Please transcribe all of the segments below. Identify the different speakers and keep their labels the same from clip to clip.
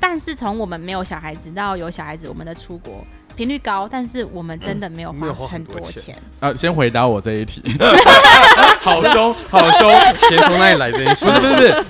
Speaker 1: 但是从我们没有小孩子到有小孩子，我们的出国频率高，但是我们真的没有
Speaker 2: 没有花
Speaker 1: 花
Speaker 2: 很
Speaker 1: 很
Speaker 2: 多
Speaker 1: 多
Speaker 2: 钱
Speaker 1: 钱。
Speaker 3: 啊，先回答我这一题，
Speaker 2: 好 凶，好凶，钱从哪里来这一
Speaker 3: 不是不是不是。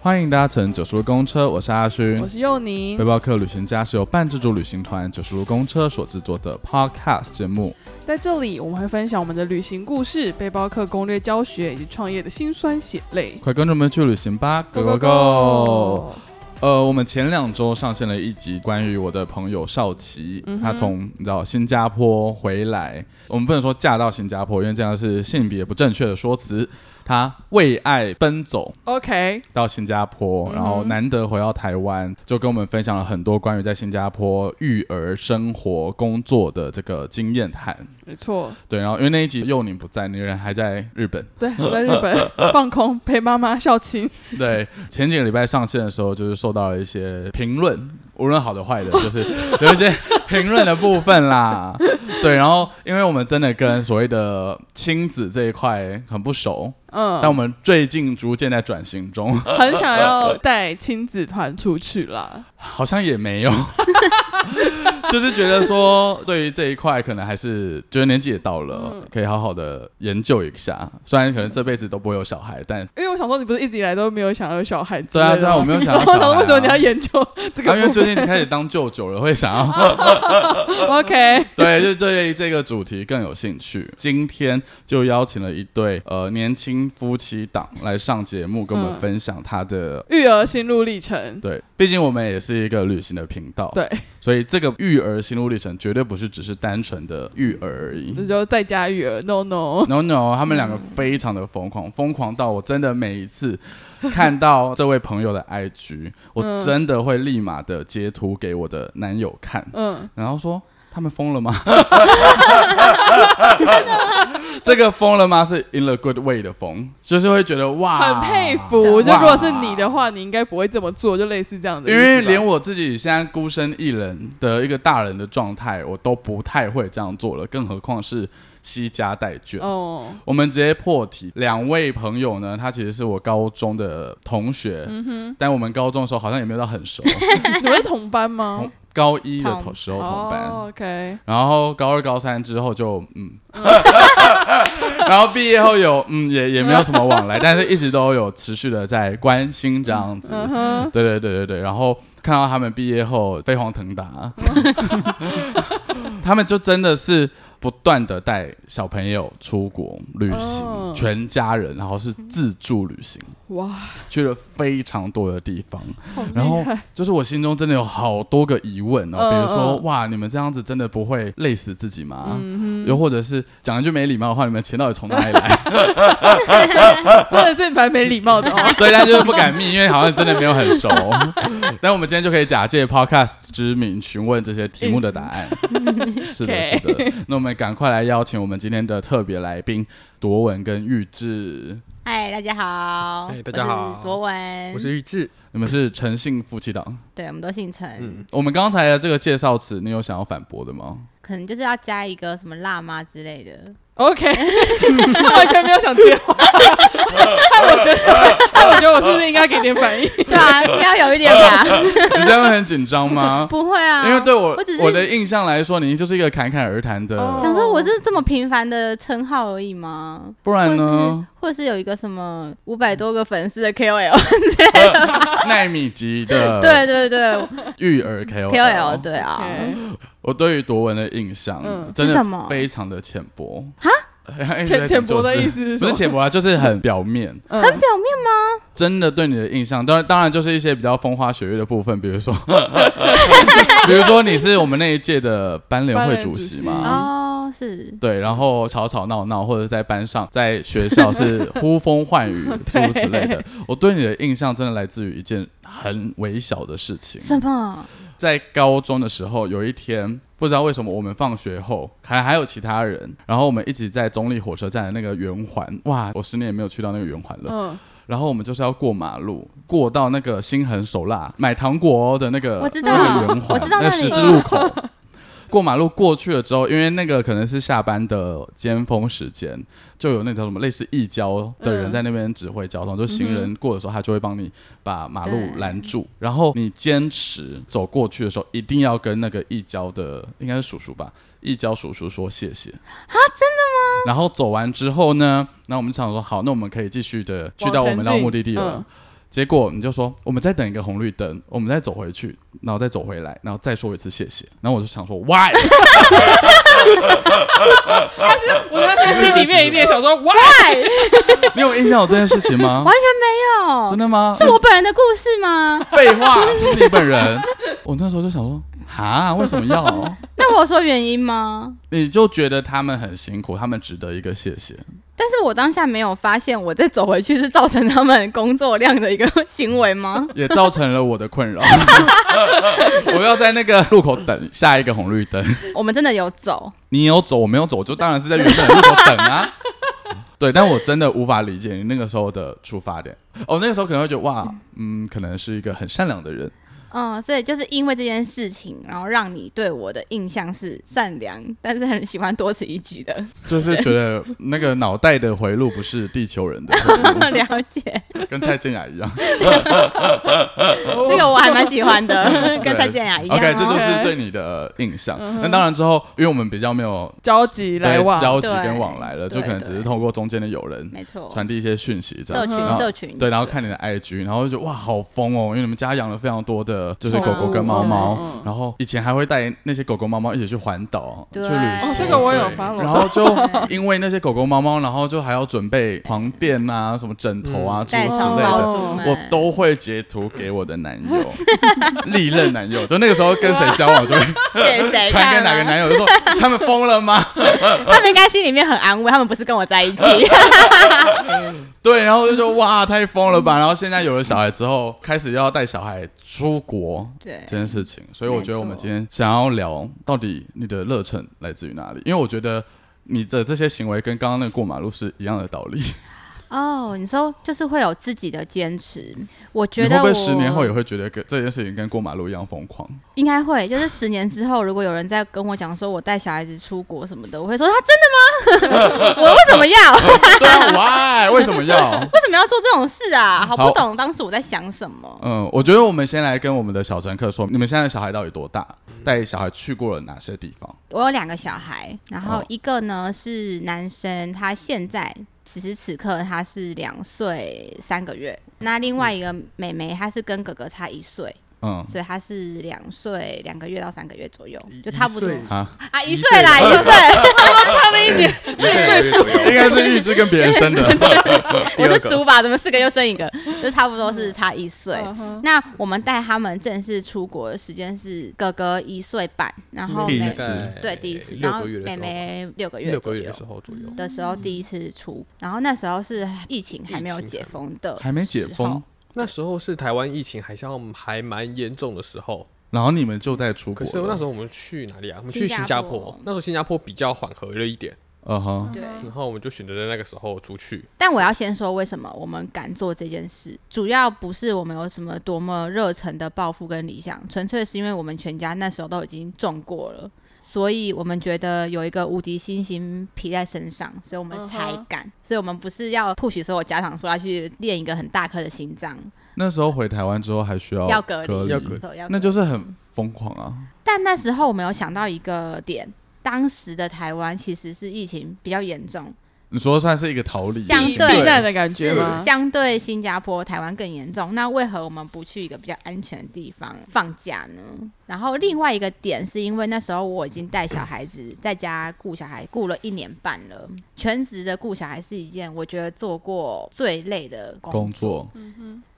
Speaker 3: 欢迎搭乘九十路公车，我是阿勋
Speaker 4: 我。是佑宁
Speaker 3: 背，包客旅行家是由半自助旅行团九十路公车所制作的 Podcast 节目。
Speaker 4: 在这里我们会分享我们的旅行故事、背包客攻略教学以及创业的辛酸血泪。
Speaker 3: 快跟着我们去旅行吧，Go Go Go！呃，我们前两周上线了一集关于我的朋友少奇，
Speaker 4: 嗯哼
Speaker 3: 他从你知道新加坡回来，我们不能说嫁到新加坡，因为这样是性别不正确的说辞。他为爱奔走
Speaker 4: OK，
Speaker 3: 到新加坡，然后难得回到台湾，就跟我们分享了很多关于在新加坡育儿、生活、工作的这个经验谈。
Speaker 4: 没错，
Speaker 3: 对，然后因为那一集幼宁不在，那个人还在日本。
Speaker 4: 对，我在日本放空陪妈妈 孝亲，
Speaker 3: 对，前几个礼拜上线的时候，就是受到了一些评论，无论好的坏的，就是 有一些评论的部分啦。对，然后因为我们真的跟所谓的亲子这一块很不熟，但我
Speaker 4: 嗯，
Speaker 3: 们最近逐渐在转型中，
Speaker 4: 很想要带亲子团出去啦。
Speaker 3: 好像也没 有，就是觉得说对于这一块，可能还是觉得年纪也到了，
Speaker 4: 嗯
Speaker 3: 可以好好的研究一下。虽然可能这辈子都不会有小孩，但
Speaker 4: 因为我想说，你不是一直以来都没有想要有小孩之
Speaker 3: 对
Speaker 4: 类
Speaker 3: 啊
Speaker 4: 的吗？
Speaker 3: 对啊，我没有想
Speaker 4: 然
Speaker 3: 要
Speaker 4: 后
Speaker 3: 小孩、啊
Speaker 4: 我想说，为什么你要研究这个
Speaker 3: 啊因为
Speaker 4: 部
Speaker 3: 最
Speaker 4: 分
Speaker 3: 近开始当舅舅了，会想要。
Speaker 4: ？OK，
Speaker 3: 对，就对这个主题更有兴趣。今天就邀请了一对呃年轻夫妻档来上节目，跟我们
Speaker 4: 嗯
Speaker 3: 分享他的、
Speaker 4: 育儿心路历程，
Speaker 3: 对。毕竟我们也是一个旅行的频道，
Speaker 4: 对，
Speaker 3: 所以这个育儿心路历程绝对不是只是单纯的育儿而已。
Speaker 4: 那就在家育儿，No No，
Speaker 3: No no，他们
Speaker 4: 嗯
Speaker 3: 两个非常的疯狂，疯狂到我真的每一次看到这位朋友的 IG，我
Speaker 4: 嗯
Speaker 3: 真的会立马的截图给我的男友看，
Speaker 4: 嗯，
Speaker 3: 然后说他们疯了 吗？ 这个疯了吗？是 in a good way 的疯，就是会觉得哇，
Speaker 4: 很佩服。就
Speaker 3: 啊哇
Speaker 4: 如果是你的话，你应该不会这么做，就类似这样的意
Speaker 3: 因
Speaker 4: 思吧。
Speaker 3: 为连我自己现在孤身一人的一个大人的状态，我都不太会这样做了，更何况是惜家带眷。
Speaker 4: 哦，
Speaker 3: 我们直接破题，两位朋友呢，他其实是我高中的同学，
Speaker 4: 嗯
Speaker 3: 但我们高中的时候好像也没有到很熟，
Speaker 4: 你们是同班吗
Speaker 3: 同？高一的
Speaker 1: 同
Speaker 3: 同时候同班，
Speaker 4: 哦、OK，
Speaker 3: 然后高二、高三之后就嗯， 然后毕业后有嗯也也没有什么往来，但是一直都有持续的在关心这样子。
Speaker 4: 嗯哼，
Speaker 3: 对对对对对，然后看到他们毕业后飞黄腾 达，他们就真的是不断的带小朋友出国旅行，
Speaker 4: 哦
Speaker 3: 全家人，然后是自助旅行，
Speaker 4: 哇，
Speaker 3: 去了非常多的地方。
Speaker 4: 好厉
Speaker 3: 然后
Speaker 4: 害，
Speaker 3: 就是我心中真的有好多个疑问哦，
Speaker 4: 嗯
Speaker 3: 比如说，
Speaker 4: 嗯
Speaker 3: 哇，你们这样子真的不会累死自己吗？
Speaker 4: 嗯
Speaker 3: 又或者是讲一句没礼貌的话，你们钱到底从哪里来？
Speaker 4: 哼，真的是蛮没礼貌 的哦。
Speaker 3: 对，但就是不敢密，因为好像真的没有很 熟。但我们今天就可以假借 podcast 之名询问这些题目的 答案。是的，是
Speaker 4: Okay
Speaker 3: 的。那我们赶快来邀请我们今天的特别来宾铎文跟玉志，
Speaker 1: 嗨，大家好，
Speaker 2: 哎大家好
Speaker 1: 我是博文，
Speaker 2: 我是玉志，
Speaker 3: 你们是诚信夫妻档。
Speaker 1: 对，我们都姓陈，
Speaker 2: 嗯，
Speaker 3: 我们刚才的这个介绍词，你有想要反驳的吗？
Speaker 1: 可能就是要加一个什么辣妈之类的。
Speaker 4: OK，他完全没有想接 话，害我觉得，害我觉得我是不是应该给点 反应？
Speaker 1: 对啊，不要有一点吧，
Speaker 3: 你现在会很紧张吗？
Speaker 1: 不会啊，
Speaker 3: 因为对我
Speaker 1: 我只是
Speaker 3: 我的印象来说，你就是一个侃侃而谈的，
Speaker 4: 哦
Speaker 1: 想说我是这么平凡的称号而已吗？
Speaker 3: 不
Speaker 1: 或
Speaker 3: 然
Speaker 1: 是
Speaker 3: 呢？
Speaker 1: 或是有一个什么五百多个粉丝的 KOL 之类的吧，
Speaker 3: 奈米级的
Speaker 1: 对对对
Speaker 3: 育儿 KOL
Speaker 1: ，KOL 对啊，
Speaker 4: OK，
Speaker 3: 我对于铎文的印象、
Speaker 4: 嗯
Speaker 3: 真
Speaker 1: 是
Speaker 3: 的
Speaker 1: 什么
Speaker 3: 非常的浅薄 哈
Speaker 4: 浅浅薄的意思是
Speaker 3: 不
Speaker 4: 什
Speaker 3: 是
Speaker 4: 么？
Speaker 3: 浅薄啊，就是很表面。
Speaker 4: 嗯
Speaker 1: 很表面吗？
Speaker 3: 真的对你的印象，当然当然就是一些比较风花雪月的部分，比如说， 比如说你是我们那一届的班联会主席
Speaker 4: 班联主席
Speaker 3: 嘛。
Speaker 1: 哦，是
Speaker 3: 对，然后吵吵闹闹，或者在班上、在学校是呼风唤 雨，诸如此类的。我对你的印象真的来自于一件很微小的事情。
Speaker 1: 什么？
Speaker 3: 在高中的时候，有一天不知道为什么，我们放学后还还有其他人，然后我们一起在中立火车站的那个圆环，哇，我十年也没有去到那个圆环了。
Speaker 4: 嗯，
Speaker 3: 然后我们就是要过马路，过到那个心狠手辣买糖果的那个
Speaker 1: 我知道
Speaker 3: 那个圆环，
Speaker 1: 我知道
Speaker 3: 那
Speaker 1: 那
Speaker 3: 个
Speaker 1: 里
Speaker 3: 十字路口。过马路过去了之后，因为那个可能是下班的尖峰时间，就有那种什么类似义交的人
Speaker 4: 嗯
Speaker 3: 在那边指挥交通，就行人过的时候，他就会帮你把马路
Speaker 1: 对
Speaker 3: 拦住，然后你坚持走过去的时候，一定要跟那个义交的应该是叔叔吧，义交叔叔说谢谢啊，真的吗？然后走完之后呢，那我们就想说好，那我们可以继续的去到我们
Speaker 4: 往前
Speaker 3: 到
Speaker 4: 进
Speaker 3: 目的地了。
Speaker 4: 嗯
Speaker 3: 结果你就说，我们再等一个红绿灯，我们再走回去，然后再走回来，然后再说一次谢谢。然后我就想说，why？
Speaker 4: 我在他心里面一定也想说， 哇，
Speaker 3: 你有印象有这件事情吗
Speaker 1: 完？全没有，
Speaker 3: 真的吗？
Speaker 1: 是我本人的故事吗？
Speaker 3: 废话，就是你本人。 我那时候就想说，哈，为什么要？
Speaker 1: 那我有说原因吗？
Speaker 3: 你就觉得他们很辛苦，他们值得一个谢谢。
Speaker 1: 但是我当下没有发现，我再走回去是造成他们工作量的一个行为 吗？
Speaker 3: 也造成了我的困 扰。我要在那个路口等下一个红绿灯。
Speaker 1: 我们真的有走，
Speaker 3: 你有走，我没有走，我就当然是在原本的路口等啊。 对，但我真的无法理解你那个时候的出发点。哦，那个时候可能会觉得哇，嗯，可能是一个很善良的人。
Speaker 1: 嗯，所以就是因为这件事情，然后让你对我的印象是善良，但是很喜欢多此一举的。
Speaker 3: 就是觉得那个脑袋的回路不是地 球人的回
Speaker 1: 了解，
Speaker 3: 路，跟蔡健雅一样。
Speaker 1: 这个我还蛮喜欢的，跟
Speaker 3: 哦 对
Speaker 1: 蔡健雅一样、哦。嗯
Speaker 3: OK，这就是
Speaker 4: OK
Speaker 3: 对你的印象。那当然之后，因为我们比较没有
Speaker 4: 交集来
Speaker 3: 对
Speaker 4: 往，
Speaker 3: 交集
Speaker 1: 对
Speaker 3: 跟往来了，就
Speaker 1: 对
Speaker 3: 可能只是
Speaker 1: 对
Speaker 3: 通过中间的友人
Speaker 1: 没错，
Speaker 3: 传递一些讯息这样
Speaker 1: 社。群
Speaker 3: 然后
Speaker 1: 社群
Speaker 3: 对，然后看你的 IG，然后就觉得哇，好疯哦！因为你们家养了非常多的，就是狗狗跟猫猫，
Speaker 4: 宠物嗯
Speaker 3: 然后以前还会带那些狗狗、猫猫一起去环岛去
Speaker 1: 对
Speaker 3: 旅
Speaker 1: 哦
Speaker 3: 行。
Speaker 4: 这个我有
Speaker 3: 对
Speaker 4: follow
Speaker 3: 然后就因为那些狗狗、猫猫，然后就还要准备床垫啊、什么枕头啊、
Speaker 1: 嗯
Speaker 3: 诸
Speaker 1: 带
Speaker 3: 如此
Speaker 1: 长
Speaker 3: 类
Speaker 1: 包
Speaker 3: 的，
Speaker 1: 出门，
Speaker 3: 我都会截图给我的男友， 历任男友。就那个时候跟谁交往，就会
Speaker 1: 给谁
Speaker 3: 传给
Speaker 1: 看
Speaker 3: 哪个
Speaker 1: 啊？
Speaker 3: 男友，就说他们疯了吗？
Speaker 1: 他们应该心里面很安慰，他们不是跟我在一起。
Speaker 3: 对，然后就说哇，太疯了吧！然后现在有了小孩之后，开始要带小孩出国
Speaker 1: 对，
Speaker 3: 这件事情，所以我觉得
Speaker 1: 没错
Speaker 3: 我们今天想要聊到底你的热忱来自于哪里，因为我觉得你的这些行为跟刚刚那个过马路是一样的道理。
Speaker 1: 哦，你说就是会有自己的坚持，我觉
Speaker 3: 你
Speaker 1: 得
Speaker 3: 会不
Speaker 1: 我
Speaker 3: 会十年后也会觉得跟这件事情跟过马路一样疯 狂？
Speaker 1: 应该会，就是十年之后，如果有人在跟我讲说我带小孩子出国什么的，我会说他真 的吗？我为什么要为
Speaker 3: 对啊，why？为什么要？
Speaker 1: 什么要做这种事啊？好
Speaker 3: 好
Speaker 1: 不懂当时我在想什 么。
Speaker 3: 嗯，我觉得我们先来跟我们的小乘客说，你们现在的小孩到底多大？带小孩去过了哪些地方？
Speaker 1: 我有两个小孩，然后
Speaker 3: 哦
Speaker 1: 一个呢是男生，他现在此时此刻他是两岁三个月，那另外一个妹妹她是跟哥哥差一岁，
Speaker 3: 嗯，
Speaker 1: 所以她是两岁两个月到三个月左右，就差不多
Speaker 2: 嗯一岁
Speaker 3: 啊，
Speaker 1: 啊一岁啦一岁，
Speaker 2: 这岁数
Speaker 3: 应该是预知跟别人生的。
Speaker 1: 我是猪吧？怎么四个又生一个？就差不多是差一岁。
Speaker 4: 嗯
Speaker 1: 那我们带他们正式出国的时间是哥哥一岁半，然后
Speaker 3: 第一
Speaker 1: 妹
Speaker 3: 次
Speaker 1: 对第一次，
Speaker 2: 六
Speaker 1: 然后
Speaker 2: 个月的
Speaker 1: 妹
Speaker 2: 时候，嗯
Speaker 1: 妹六个月
Speaker 2: 六
Speaker 1: 左
Speaker 2: 个月
Speaker 1: 右
Speaker 2: 的时候左右，
Speaker 1: 的时候第一次出，然后那时候是疫情还没有解封的，
Speaker 3: 还没解封，，
Speaker 2: 那时候是台湾疫情还像还蛮严重的时候，
Speaker 3: 然后你们就带出
Speaker 2: 可
Speaker 3: 国
Speaker 2: 是那
Speaker 3: 了。
Speaker 2: 时候我们去哪里啊？我们
Speaker 1: 新
Speaker 2: 去
Speaker 1: 加
Speaker 2: 新加
Speaker 1: 坡
Speaker 2: 坡，那时候新加坡比较缓和了一点，
Speaker 3: 嗯哼，
Speaker 1: 对。
Speaker 2: 然后我们就选择在那个时候出去。
Speaker 1: 但我要先说，为什么我们敢做这件事，主要不是我们有什么多么热忱的抱负跟理想，纯粹是因为我们全家那时候都已经中过了，所以我们觉得有一个无敌星星披在身上，所以我们才敢。所以我们不是要 push 所有家长说要去练一个很大颗的心脏，
Speaker 3: 那时候回台湾之后还需要
Speaker 1: 要隔
Speaker 3: 哦隔
Speaker 1: 离
Speaker 2: 要隔离
Speaker 1: 对要
Speaker 3: 那就是很疯狂啊。
Speaker 1: 但那时候我们有想到一个点。当时的台湾其实是疫情比较严重，
Speaker 3: 你说算是一个逃离，
Speaker 1: 相
Speaker 4: 避
Speaker 1: 对
Speaker 4: 避难的感觉
Speaker 1: 是
Speaker 4: 吗？
Speaker 1: 相对新加坡、台湾更严重。那为何我们不去一个比较安全的地方放假呢？然后另外一个点是因为那时候我已经带小孩子在家顾小孩，顾了一年半了，全职的顾小孩是一件我觉得做过最累的工嗯
Speaker 3: 工作，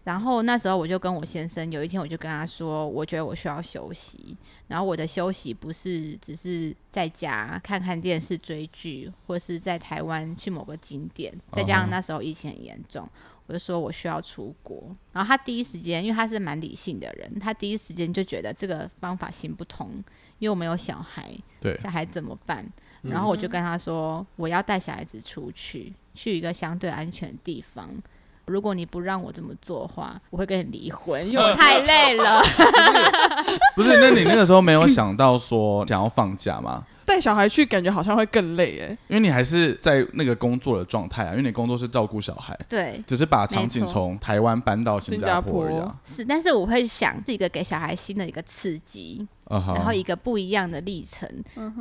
Speaker 1: 然后那时候我就跟我先生，有一天我就跟他说，我觉得我需要休息。然后我的休息不是只是在家看看电视、追剧，或是在台湾去某个景点。再加
Speaker 3: 嗯
Speaker 1: 上
Speaker 3: 哼
Speaker 1: 那时候疫情很严重，我就说我需要出国。然后他第一时间，因为他是蛮理性的人，他第一时间就觉得这个方法行不通，因为我们有小孩，
Speaker 3: 对
Speaker 1: 小孩怎么办？嗯
Speaker 2: 嗯
Speaker 3: 嗯
Speaker 1: 然后我就跟他说，我要带小孩子出去，去一个相对安全的地方。如果你不让我这么做的话，我会跟你离 婚，因为我太累了。
Speaker 3: 不是，那你那个时候没有想到说想要放假 吗？
Speaker 4: 带小孩去感觉好像会更累哎。
Speaker 3: 因为你还是在那个工作的状态啊，因为你工作是照顾小孩，
Speaker 1: 对，
Speaker 3: 只是把场景
Speaker 1: 没错
Speaker 3: 从台湾搬到新加坡而已
Speaker 4: 新加
Speaker 3: 啊
Speaker 4: 坡。
Speaker 1: 是，但是我会想这个给小孩新的一个刺激，
Speaker 3: 嗯哼
Speaker 1: 然后一个不一样的历程，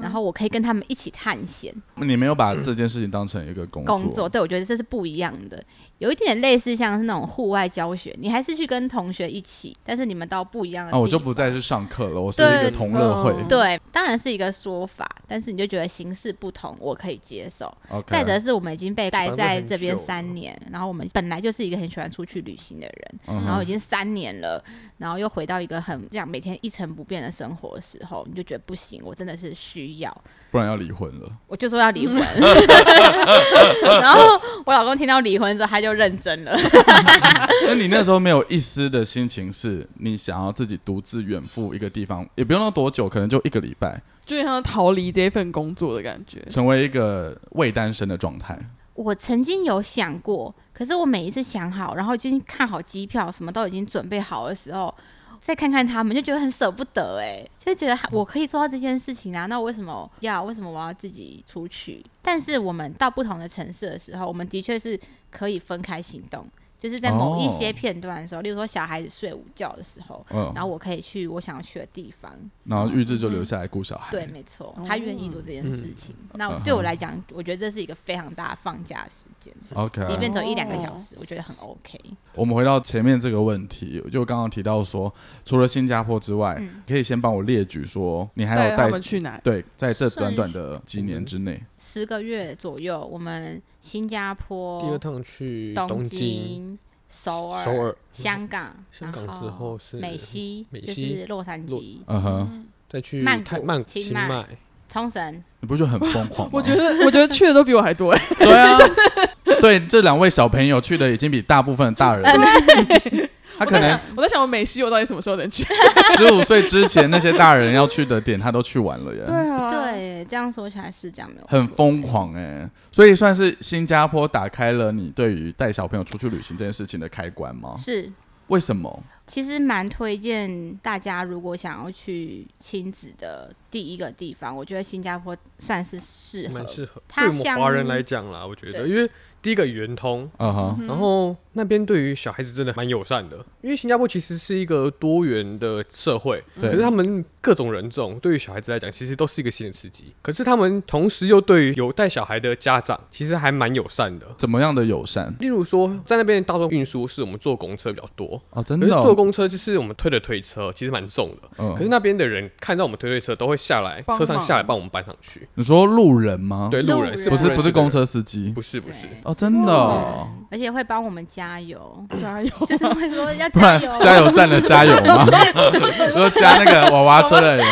Speaker 1: 然后我可以跟他们一起探险
Speaker 3: 你没有把这件事情当成一个工
Speaker 1: 工作。对我觉得这是不一样的，有一点类似像是那种户外教学，你还是去跟同学一起，但是你们到不一样的地
Speaker 3: 啊，
Speaker 1: 方。
Speaker 3: 我就不再是上课了，我是
Speaker 1: 对
Speaker 3: 一个同乐会。
Speaker 4: 嗯
Speaker 1: 对，当然是一个说法，但是你就觉得形式不同，我可以接受。再
Speaker 3: OK，
Speaker 1: 者是我们已经被待
Speaker 2: 传
Speaker 1: 在
Speaker 2: 啊闻很
Speaker 1: 这边
Speaker 2: 久了
Speaker 1: 三年，然后我们本来就是一个很喜欢出去旅行的人，
Speaker 3: 嗯哼
Speaker 1: 然后已经三年了，然后又回到一个很这样每天一成不变的生活的时候，你就觉得不行，我真的是需要，
Speaker 3: 不然要离婚了。
Speaker 1: 我就说要 离婚。 然后我老公听到离婚之后，他就认真了。
Speaker 3: 那你那时候没有一丝的心情是你想要自己独自远赴一个地方，也不用到多久，可能就一个礼拜，
Speaker 4: 就像逃离这份工作的感觉。
Speaker 3: 成为一个未单身的状态。
Speaker 1: 我曾经有想过，可是我每一次想好，然后已经看好机票，什么都已经准备好的时候，再看看他们，就觉得很舍不得哎、就觉得我可以做到这件事情啊，那我为什么要？为什么我要自己出去？但是我们到不同的城市的时候，我们的确是可以分开行动，就是在某一些
Speaker 3: 哦
Speaker 1: 片段的时候，例如说小孩子睡午觉的时候。
Speaker 3: 嗯
Speaker 1: 然，后我可以去我想要去的地方，
Speaker 3: 然后玉志就留下来顾小孩。
Speaker 1: 对，，没错，他愿意做这件事情。那
Speaker 3: 嗯
Speaker 1: 对我来讲，我觉得这是一个非常大的放假时间。
Speaker 2: 啊
Speaker 3: OK，啊
Speaker 1: 即便只有一两个
Speaker 4: 哦
Speaker 1: 小时，我觉得很 OK。
Speaker 3: 我们回到前面这个问题，就刚刚提到说，除了新加坡之外，
Speaker 1: 嗯
Speaker 2: 哎
Speaker 3: 可以先帮我列举说，你还
Speaker 4: 带
Speaker 3: 有
Speaker 4: 他
Speaker 3: 带
Speaker 4: 们去哪？
Speaker 3: 对，在这
Speaker 1: 顺
Speaker 3: 短
Speaker 1: 序
Speaker 3: 短的几年之内，
Speaker 1: 十个月左右，我们新加
Speaker 2: 第二
Speaker 1: 坡、
Speaker 2: 趟去
Speaker 1: 东
Speaker 2: 东京、
Speaker 1: 首尔、
Speaker 2: 首尔、嗯
Speaker 1: 香港、
Speaker 2: 香港
Speaker 1: 然
Speaker 2: 之后是
Speaker 1: 美西，
Speaker 2: 美
Speaker 1: 就
Speaker 2: 西
Speaker 1: 是洛杉
Speaker 2: 洛
Speaker 1: 矶、
Speaker 3: 嗯哼，
Speaker 2: 再去
Speaker 1: 曼谷
Speaker 2: 泰曼谷、
Speaker 1: 清
Speaker 2: 清
Speaker 1: 迈
Speaker 2: 迈，
Speaker 1: 冲绳。
Speaker 3: 你不觉得很疯狂吗？
Speaker 1: 嗯
Speaker 4: 我觉得，我觉得去的都比我还多哎。
Speaker 3: 对啊，对，这两位小朋友去的已经比大部分大人，他可
Speaker 4: 我在
Speaker 3: 能
Speaker 4: 想，我在想，我美西我到底什么时候能去？
Speaker 3: 十五岁之前那些大人要去的点，他都去完了耶。
Speaker 4: 啊，
Speaker 1: 对，这样说起来是这样没有
Speaker 3: 很
Speaker 1: 错
Speaker 3: 疯。狂哎、所以算是新加坡打开了你对于带小朋友出去旅行这件事情的开关吗？
Speaker 1: 是，
Speaker 3: 为什么？
Speaker 1: 其实蛮推荐大家，如果想要去亲子的第一个地方，我觉得新加坡算是适合
Speaker 2: 蛮。适合。
Speaker 1: 它
Speaker 2: 对我们
Speaker 1: 像
Speaker 2: 华人来讲啦，我觉得，
Speaker 1: 对
Speaker 2: 因为第一个语言通，
Speaker 3: 嗯哼，
Speaker 2: 然后那边对于小孩子真的蛮友善的，因为新加坡其实是一个多元的社会，
Speaker 3: 对
Speaker 2: 可是他们各种人种对于小孩子来讲，其实都是一个新的刺激。可是他们同时又对于有带小孩的家长，其实还蛮友善的。
Speaker 3: 怎么样的友善？
Speaker 2: 例如说，在那边的大众运输是我们坐公车比较多，
Speaker 3: 哦，真
Speaker 2: 可
Speaker 3: 的
Speaker 2: 是
Speaker 3: 哦、
Speaker 2: 坐公车就是我们推的推车，其实蛮重的。
Speaker 3: 嗯
Speaker 2: 可是那边的人看到我们推推车，都会下来，
Speaker 4: 帮
Speaker 2: 车上
Speaker 4: 忙
Speaker 2: 下来帮我们搬上去。
Speaker 3: 你说路人吗？，
Speaker 2: 对，
Speaker 1: 哦路
Speaker 2: 路
Speaker 1: 人
Speaker 2: 人是
Speaker 3: 不是
Speaker 2: 认
Speaker 3: 不
Speaker 2: 识的
Speaker 3: 是公
Speaker 2: 人，
Speaker 3: 车司机
Speaker 2: 不是不是，
Speaker 1: 对
Speaker 3: 哦，真的哦、
Speaker 1: 而且会帮我们加油，
Speaker 4: 嗯加油！
Speaker 1: 就是会说要
Speaker 3: 不
Speaker 1: 加
Speaker 3: 然
Speaker 1: 油，
Speaker 3: 加油站的加油吗？说加那个娃娃车的油，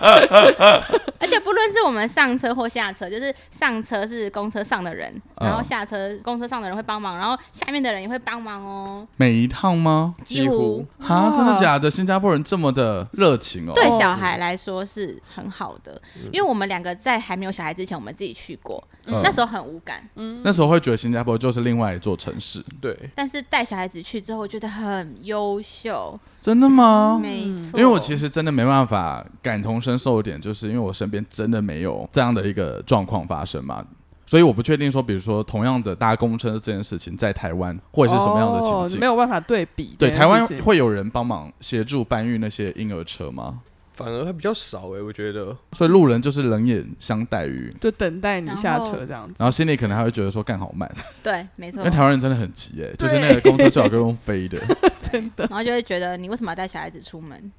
Speaker 1: 而且不论是我们上车或下车，就是上车是公车上的人，
Speaker 3: 嗯
Speaker 1: 然后下车公车上的人会帮忙，然后下面的人也会帮忙哦，
Speaker 3: 每一趟吗？
Speaker 1: 几乎
Speaker 3: 哈，
Speaker 4: 哇
Speaker 3: 真的假的？新加坡人这么的热情哦。
Speaker 1: 对小孩来说是很好的，因为我们两个在还没有小孩之前，我们自己去过，
Speaker 3: 嗯
Speaker 1: 那时候很无感，
Speaker 3: 那时候会觉得新加坡就是另外一座城市，
Speaker 2: 对，
Speaker 1: 但是带小孩子去之后，觉得很优秀，
Speaker 3: 真的吗？
Speaker 1: 没错，
Speaker 3: 因为我其实真的没办法感同身受一点，就是因为我身边真的没有这样的一个状况发生嘛，所以我不确定说，比如说同样的搭公车这件事情，在台湾会是什么样的
Speaker 4: 哦
Speaker 3: 情
Speaker 4: 你
Speaker 3: 景？
Speaker 4: 没有办法对比这
Speaker 3: 对，
Speaker 4: 件
Speaker 3: 台湾
Speaker 4: 事情。
Speaker 3: 会有人帮忙协助搬运那些婴儿车吗？
Speaker 2: 反而还比较少哎、我觉得。
Speaker 3: 所以路人就是冷眼相待于，
Speaker 4: 就等待你下
Speaker 1: 然后
Speaker 4: 车这样子。
Speaker 3: 然后心里可能还会觉得说干好慢，
Speaker 1: 对，没
Speaker 3: 因
Speaker 1: 错
Speaker 3: 为。台湾人真的很急哎、就是那个公车最好给我用飞的，
Speaker 1: 然后就会觉得你为什么要带小孩子出门？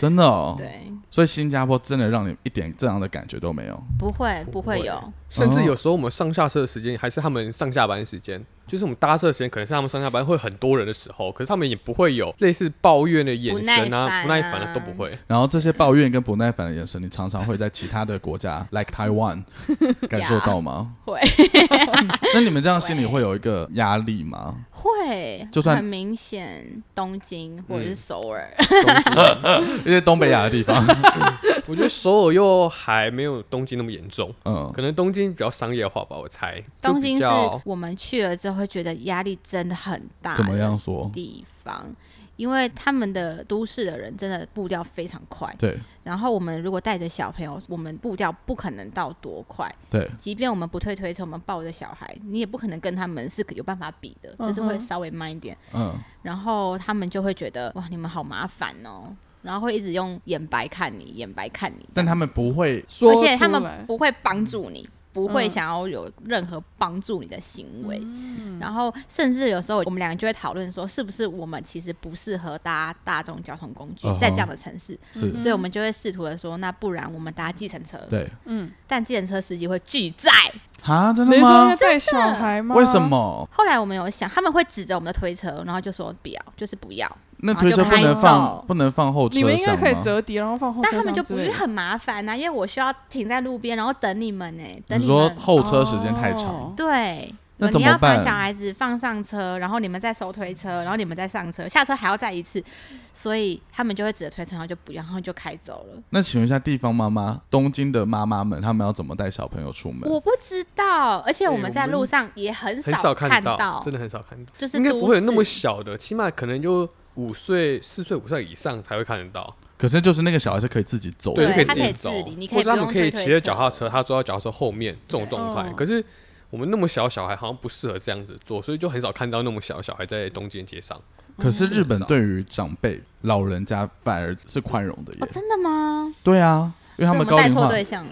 Speaker 3: 真的哦。
Speaker 1: 对，
Speaker 3: 所以新加坡真的让你一点这样的感觉都没有。
Speaker 1: 不会，不会
Speaker 2: 会
Speaker 1: 有，
Speaker 2: 甚至有时候我们上下车的时间还是他们上下班时间，就是我们搭车的时间可能是他们上下班会很多人的时候，可是他们也不会有类似抱怨的眼神啊、
Speaker 1: 不
Speaker 2: 不
Speaker 1: 耐
Speaker 2: 耐
Speaker 1: 烦啊
Speaker 2: 烦啊都不会。
Speaker 3: 然后这些抱怨跟不耐烦的眼神，你常常会在其他的国 家，like Taiwan，感受到吗？
Speaker 1: 会
Speaker 3: 那你们这样心里会有一个压力吗？
Speaker 1: 会，
Speaker 3: 就算
Speaker 1: 很明显，东京或者是
Speaker 2: 嗯
Speaker 1: 首尔，
Speaker 3: 一些 东北亚的地方，
Speaker 2: 我觉得首尔又还没有东京那么严重，
Speaker 3: 嗯，
Speaker 2: 可能东京比较商业化吧，我猜。就
Speaker 1: 东
Speaker 2: 比
Speaker 1: 京是
Speaker 2: 较
Speaker 1: 我们去了之后会觉得压力真的很大，
Speaker 3: 怎么样
Speaker 4: 嗯
Speaker 3: 说？
Speaker 1: 地方，因为他们的都市的人真的步调非常快，
Speaker 3: 对
Speaker 1: 然后我们如果带着小朋友，我们步调不可能到多快，
Speaker 3: 对，
Speaker 1: 即便我们不推推车，我们抱着小孩，你也不可能跟他们是有办法比的，就是会
Speaker 4: 嗯哼
Speaker 1: 稍微慢一点，
Speaker 3: 嗯，
Speaker 1: 然后他们就会觉得哇，你们好麻烦哦。然后会一直用眼白看你，眼白看你，
Speaker 3: 但他们不会，
Speaker 4: 说
Speaker 1: 而且他
Speaker 4: 出来
Speaker 1: 们不会帮助你，不会
Speaker 4: 嗯
Speaker 1: 想要有任何帮助你的行为。
Speaker 3: 嗯
Speaker 1: 然后，甚至有时候我们两个就会讨论说，是不是我们其实不适合搭大众交通工具
Speaker 3: 嗯哼
Speaker 1: 在这样的城市，
Speaker 4: 嗯
Speaker 3: 是
Speaker 1: 所以我们就会试图的说，那不然我们搭计程车。
Speaker 3: 对
Speaker 4: 嗯，
Speaker 1: 但计程车司机会拒载。
Speaker 3: 啊，真
Speaker 4: 等
Speaker 3: 的
Speaker 4: 于说
Speaker 3: 吗
Speaker 4: 在？带小孩吗？
Speaker 3: 为什？么？
Speaker 1: 后来我们有想，他们会指着我们的推车，然后就说不要，就是不要。
Speaker 3: 那
Speaker 1: 然后
Speaker 3: 推
Speaker 1: 就
Speaker 3: 车不
Speaker 4: 啊
Speaker 1: 拍
Speaker 3: 能
Speaker 1: 照
Speaker 3: 放，不能放后车
Speaker 4: 你们应该
Speaker 3: 厢
Speaker 4: 可以
Speaker 3: 吗？
Speaker 4: 折叠，然后放后
Speaker 1: 但
Speaker 4: 车
Speaker 1: 他们
Speaker 4: 厢
Speaker 1: 就
Speaker 4: 之
Speaker 1: 不
Speaker 4: 类
Speaker 1: 是
Speaker 4: 的。
Speaker 1: 很麻烦啊呐、因为我需要停在路边，然后等你们呢、欸等
Speaker 3: 你
Speaker 1: 你
Speaker 3: 说
Speaker 1: 们。
Speaker 3: 候车时间太长，
Speaker 4: 哦，
Speaker 1: 对，
Speaker 3: 那怎
Speaker 1: 你
Speaker 3: 么
Speaker 1: 要把
Speaker 3: 办
Speaker 1: 小孩子放上车，然后你们再收推车，然后你们再上车，下车还要再一次，所以他们就会指着推车，然后就不要，然后就开走了。
Speaker 3: 那请问一下，地方妈妈，东京的妈妈们，他们要怎么带小朋友出门？
Speaker 1: 我不知道，而且
Speaker 2: 对
Speaker 1: 我们在路上也很
Speaker 2: 很少
Speaker 1: 看
Speaker 2: 到，真的很少看到，
Speaker 1: 就是
Speaker 2: 应该
Speaker 1: 都
Speaker 2: 不会有那么
Speaker 1: 市
Speaker 2: 小的，起码可能就五岁、四岁、五岁以上才会看得到。
Speaker 3: 可是就是那个小孩是可以自己走的，
Speaker 1: 对
Speaker 2: 就可以
Speaker 1: 他
Speaker 2: 自
Speaker 1: 可以
Speaker 2: 己
Speaker 1: 自
Speaker 2: 走
Speaker 1: 理，你可以
Speaker 2: 或者他
Speaker 1: 不
Speaker 2: 们
Speaker 1: 用
Speaker 2: 可
Speaker 1: 推
Speaker 2: 以
Speaker 1: 推
Speaker 2: 骑着
Speaker 1: 车
Speaker 2: 脚踏车，他坐到脚踏车后面这种状态
Speaker 4: 哦。
Speaker 2: 可是我们那么小的小孩好像不适合这样子做，所以就很少看到那么小的小孩在东京街上。
Speaker 3: 可是日本
Speaker 2: 嗯
Speaker 3: 对于长辈、老人家反而是宽容的耶。
Speaker 1: 哦，真的吗？
Speaker 3: 对啊，因为他
Speaker 1: 所以我们
Speaker 3: 们高
Speaker 1: 带
Speaker 3: 龄
Speaker 1: 错
Speaker 3: 化，
Speaker 1: 对象了。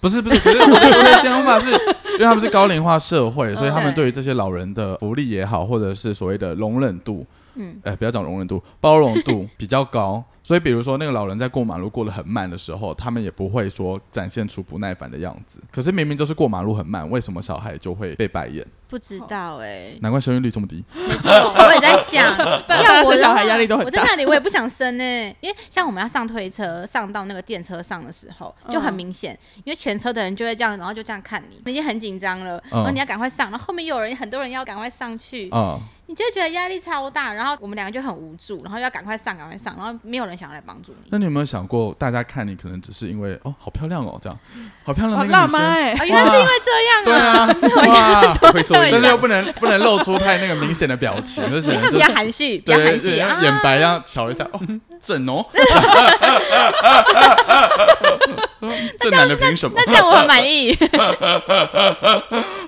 Speaker 3: 不是不是不是，我的 想法是，因为他们是高龄化社
Speaker 1: 哦
Speaker 3: 会，所以他们对于这些老人的福利也好，或者是所谓的容忍度，
Speaker 1: 嗯，
Speaker 3: 呃，不要讲容忍度，包容度比较高。 所以比如说那个老人在过马路过得很慢的时候，他们也不会说展现出不耐烦的样子。可是明明就是过马路很慢，为什么小孩就会被白眼？
Speaker 1: 不知道哎、
Speaker 3: 难怪生育率这么低。
Speaker 1: 没错，我也在 想，要
Speaker 4: 家
Speaker 1: 我
Speaker 4: 生
Speaker 1: 的
Speaker 4: 小
Speaker 1: 话
Speaker 4: 孩压力都很
Speaker 1: 我在
Speaker 4: 大
Speaker 1: 那里我也不想生呢、因为像我们要上推车，上到那个电车上的时候，就很
Speaker 4: 嗯
Speaker 1: 明显，因为全车的人就会这样，然后就这样看你，你已经很紧张了，
Speaker 3: 嗯
Speaker 1: 然后你要赶快上，然后后面又有人，很多人要赶快上去，
Speaker 3: 啊、
Speaker 1: 你就会觉得压力超大，然后我们两个就很无助，然后要赶快上，赶快上，然后没有人想要来帮助你。
Speaker 3: 那你有没有想过，大家看你可能只是因为哦，好漂亮哦，这样，好漂亮
Speaker 4: 哇
Speaker 3: 那个
Speaker 4: 辣
Speaker 3: 女
Speaker 4: 妈
Speaker 3: 生，
Speaker 4: 哎，
Speaker 1: 哦，原来是因为这
Speaker 3: 对
Speaker 1: 样啊！
Speaker 3: 啊， 哇，
Speaker 2: 会
Speaker 1: 对
Speaker 2: 说
Speaker 3: 但是
Speaker 2: 一
Speaker 3: 又不能不能露出太那个明显的表 情，就是只
Speaker 1: 因为
Speaker 3: 能
Speaker 1: 他
Speaker 3: 就
Speaker 1: 比较含蓄，比较
Speaker 3: 对，
Speaker 1: 含
Speaker 3: 对
Speaker 1: 蓄啊。
Speaker 3: 眼白这样瞧一下，哦，整哦， 这男的凭什么？
Speaker 1: 那这样我很满 意。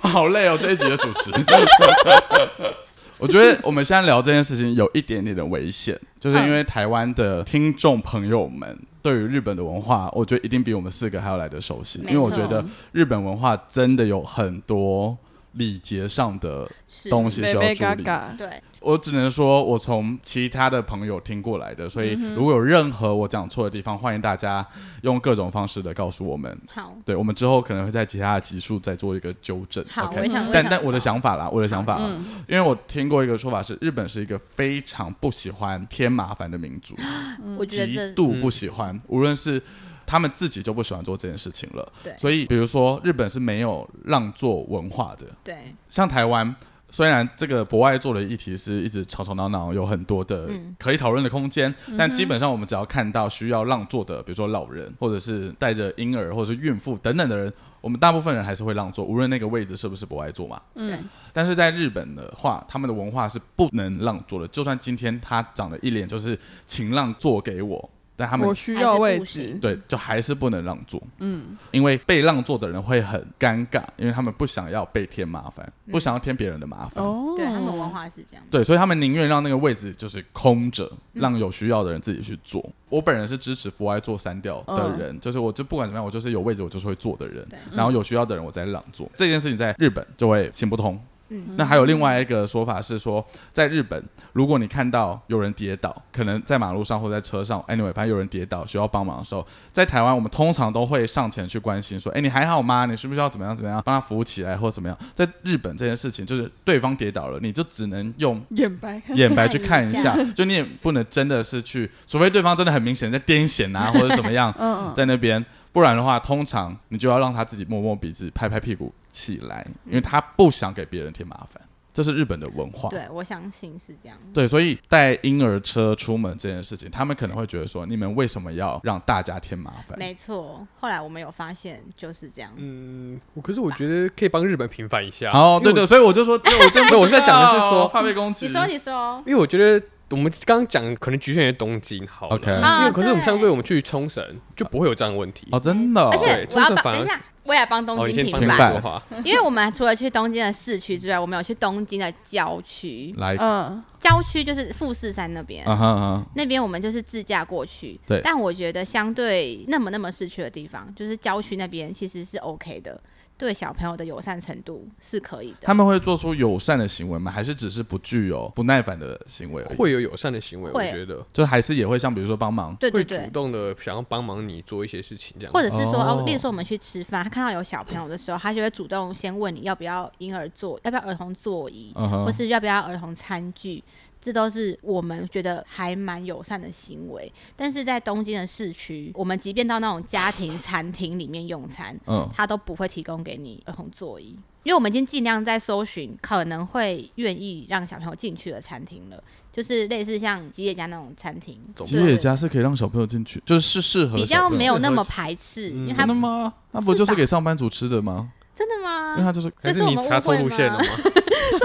Speaker 3: 好累哦，这一集的主持。 我觉得我们现在聊这件事情有一点点的危险，就是因为台湾的听众朋友们对于日本的文化，我觉得一定比我们四个还要来的熟悉，因
Speaker 1: 没
Speaker 3: 为我
Speaker 1: 错
Speaker 3: 觉得日本文化真的有很多礼节上的
Speaker 1: 是
Speaker 3: 东西
Speaker 4: 妹
Speaker 3: 是
Speaker 4: 妹
Speaker 3: 要
Speaker 4: 嘎
Speaker 3: 处理。
Speaker 4: 嘎，
Speaker 1: 对，
Speaker 3: 我只能说，我从其他的朋友听过来的，所以如果有任何我讲错的地方，欢迎大家用各种方式的告诉我们。
Speaker 1: 好，
Speaker 3: 对，我们之后可能会在其他的集数再做一个纠正。
Speaker 1: 好，
Speaker 3: OK
Speaker 1: 我也想，
Speaker 3: 但
Speaker 1: 也
Speaker 3: 但我的
Speaker 1: 知道嗯
Speaker 3: 想法啦，我的想法啦，啊因为我听过一个说法是，日本是一个非常不喜欢添麻烦的民族，
Speaker 1: 我觉
Speaker 3: 极
Speaker 1: 得这
Speaker 3: 度不喜欢，无论是他们自己就不喜欢做这件事情了。
Speaker 1: 对
Speaker 3: 所以比如说日本是没有让座文化的，
Speaker 1: 对，
Speaker 3: 像台湾。虽然这个国外做的议题是一直吵吵闹闹，有很多的
Speaker 1: 嗯
Speaker 3: 可以讨论的空间，但基本上我们只要看到需要让座的，比如说老人或者是带着婴儿或者是孕妇等等的人，我们大部分人还是会让座，无论那个位置是不是不爱坐嘛。
Speaker 4: 嗯，
Speaker 3: 但是在日本的话，他们的文化是不能让座的。就算今天他长得一脸就是请让座给我，但他们
Speaker 4: 我需要位置，
Speaker 3: 对就还是不能让座。嗯，因为被让座的人会很尴尬，因为他们不想要被添麻烦，不想要添别人的麻烦。
Speaker 4: 哦，
Speaker 1: 对他们文化是这样。
Speaker 3: 对，所以他们宁愿让那个位置就是空着，让有需要的人自己去坐。我本人是支持不爱坐三调的人，就是我就不管怎么样，我就是有位置我就是会坐的人
Speaker 1: 嗯对，嗯
Speaker 3: 然后有需要的人我再让座。这件事情在日本就会行不通。
Speaker 1: 嗯
Speaker 3: 那还有另外一个说法是说，在日本，如果你看到有人跌倒，可能在马路上或在车上，anyway，反正有人跌倒需要帮忙的时候，在台湾我们通常都会上前去关心，说，哎，你还好吗？你需不需要怎么样怎么样，帮他扶起来或怎么样？在日本这件事情，就是对方跌倒了，你就只能用
Speaker 4: 眼白看，
Speaker 3: 眼白去看一下
Speaker 1: 看，
Speaker 3: 就你也不能真的是去，除非对方真的很明显在癫痫啊或者怎么样，
Speaker 4: 嗯嗯，
Speaker 3: 在那边，不然的话，通常你就要让他自己摸摸鼻子，拍拍屁股起来，因为他不想给别人添麻烦。这是日本的文化。
Speaker 1: 对，我相信是这样。
Speaker 3: 对，所以带婴儿车出门这件事情，他们可能会觉得说，你们为什么要让大家添麻烦？
Speaker 1: 没错，后来我们有发现就是这样。
Speaker 2: 嗯，我可是我觉得可以帮日本平反一下。
Speaker 3: 好，
Speaker 2: 因
Speaker 3: 对
Speaker 2: 为
Speaker 3: 对，
Speaker 2: 我，
Speaker 3: 所以我就说，对我真
Speaker 2: 对我是在讲的是说
Speaker 3: 怕被攻击。
Speaker 1: 你说，你说，
Speaker 2: 因为我觉得我们刚刚讲可能局限于东京好了
Speaker 3: OK
Speaker 2: 因为可是我们
Speaker 1: 啊
Speaker 2: 相对我们去冲绳就不会有这样的问题。
Speaker 3: 哦，真的哦、
Speaker 1: 而且
Speaker 2: 对
Speaker 1: 我要
Speaker 2: 冲绳
Speaker 1: 帮，
Speaker 2: 反而
Speaker 1: 等一下，我也帮东
Speaker 2: 哦，你
Speaker 1: 京
Speaker 2: 先
Speaker 1: 平
Speaker 2: 帮
Speaker 3: 平
Speaker 2: 他
Speaker 1: 反，
Speaker 3: 反
Speaker 2: 说话。
Speaker 1: 因为我们除了去东京的市区之外，我们有去东京的郊区。
Speaker 3: 来，嗯
Speaker 4: 嗯，
Speaker 1: 郊区就是富士山那边，
Speaker 2: 啊
Speaker 3: 哼嗯哼，
Speaker 1: 那边我们就是自驾过去。
Speaker 3: 对
Speaker 1: 但我觉得相对那么那么市区的地方，就是郊区那边其实是 OK 的，对小朋友的友善程度是可以的。
Speaker 3: 他们会做出友善的行为吗？还是只是不具有不耐烦的行为而已？
Speaker 2: 会有友善的行为，我
Speaker 1: 会
Speaker 2: 觉得
Speaker 3: 就还是也会像比如说帮忙，
Speaker 1: 对
Speaker 2: 会
Speaker 1: 对
Speaker 2: 主
Speaker 1: 对。
Speaker 2: 动的想要帮忙你做一些事情，这样
Speaker 1: 或者是说，
Speaker 3: 哦
Speaker 1: 哦，例如说我们去吃饭，他看到有小朋友的时候，他就会主动先问你要不要婴儿座，要不要儿童座椅，
Speaker 3: 嗯哼
Speaker 1: 或是要不要儿童餐具，这都是我们觉得还蛮友善的行为。但是在东京的市区，我们即便到那种家庭餐厅里面用餐，
Speaker 3: 嗯，
Speaker 1: 他都不会提供给你儿童座椅，因为我们已经尽量在搜寻可能会愿意让小朋友进去的餐厅了，就是类似像吉野家那种餐厅，
Speaker 2: 懂
Speaker 3: 吉
Speaker 1: 对
Speaker 3: 野家是可以让小朋友进去，就是是适合
Speaker 1: 比
Speaker 3: 小
Speaker 1: 较
Speaker 3: 朋友
Speaker 1: 没有那么排斥，因为他
Speaker 3: 真的吗？那不就是给上班族吃的吗？
Speaker 1: 真的
Speaker 3: 因
Speaker 1: 吗？
Speaker 3: 为他就是
Speaker 1: 这
Speaker 2: 还是
Speaker 1: 是我
Speaker 2: 你
Speaker 1: 们误
Speaker 2: 查错
Speaker 1: 会
Speaker 2: 路
Speaker 1: 吗
Speaker 2: 线了吗？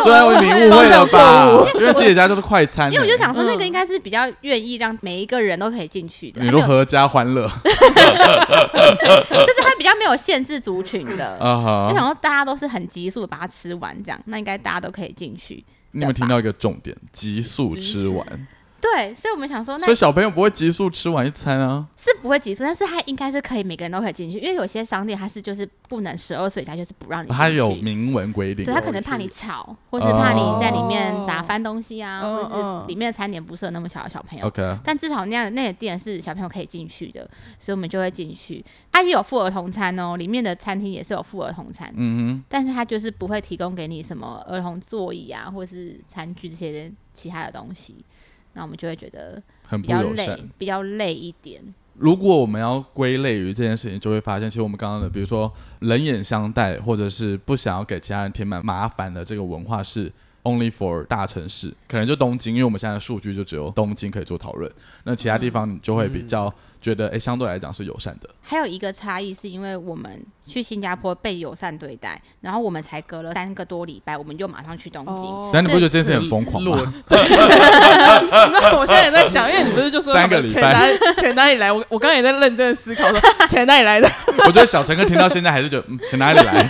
Speaker 3: 对啊，我你误会了吧？因为吉野家就是快餐欸，
Speaker 1: 因为我就想说，那个
Speaker 4: 嗯
Speaker 1: 应该是比较愿意让每一个人都可以进去的，
Speaker 3: 你
Speaker 1: 它
Speaker 3: 如
Speaker 1: 没有
Speaker 3: 何加欢乐
Speaker 1: 就是它比较没有限制族群的。
Speaker 3: 啊
Speaker 1: 我
Speaker 3: 哈？
Speaker 1: 想说，大家都是很急速的把它吃完，这样那应该大家都可以进去。
Speaker 3: 你们听到一个重点，急速吃完，
Speaker 1: 对，所以我们想说，那
Speaker 3: 所以小朋友不会急速吃完一餐啊。
Speaker 1: 是不会急促，但是它应该是可以每个人都可以进去，因为有些商店它是就是不能十二岁以下就是不让你进去，
Speaker 3: 它有明文规定
Speaker 1: 对，他可能怕你吵，或是怕你在里面打翻东西啊，
Speaker 4: 哦
Speaker 1: 或是里面的餐点不适合那么小的小朋友。
Speaker 3: ，OK，
Speaker 1: 但至少那样那个店是小朋友可以进去的，所以我们就会进去。它也有附儿童餐哦，里面的餐厅也是有附儿童餐，
Speaker 3: 嗯
Speaker 1: 但是它就是不会提供给你什么儿童座椅啊，或是餐具这些其他的东西。那我们就会觉得
Speaker 3: 哼，很
Speaker 1: 比
Speaker 3: 不
Speaker 1: 较
Speaker 3: 友
Speaker 1: 累
Speaker 3: 善。，
Speaker 1: 比较累一点。
Speaker 3: 如果我们要归类于这件事情，就会发现，其实我们刚刚的，比如说冷眼相待，或者是不想要给其他人添满麻烦的这个文化是。Only for 大城市，可能就东京，因为我们现在的数据就只有东京可以做讨论，那其他地方你就会比较觉得，哎、相对来讲是友善的。
Speaker 1: 还有一个差异是因为我们去新加坡被友善对待，然后我们才隔了三个多礼拜，我们就马上去东京。
Speaker 4: 哦
Speaker 3: 但你不觉得这件事情很 疯狂
Speaker 2: 嗯
Speaker 3: 吗？
Speaker 4: 那我现在也在想，因为你不是就说
Speaker 3: 三个礼
Speaker 4: 钱
Speaker 3: 拜
Speaker 4: 哪里钱哪里来？我我刚刚也在认真的思考说钱哪里来的，
Speaker 3: 我觉得小陈哥听到现在还是觉得，嗯，从哪里来？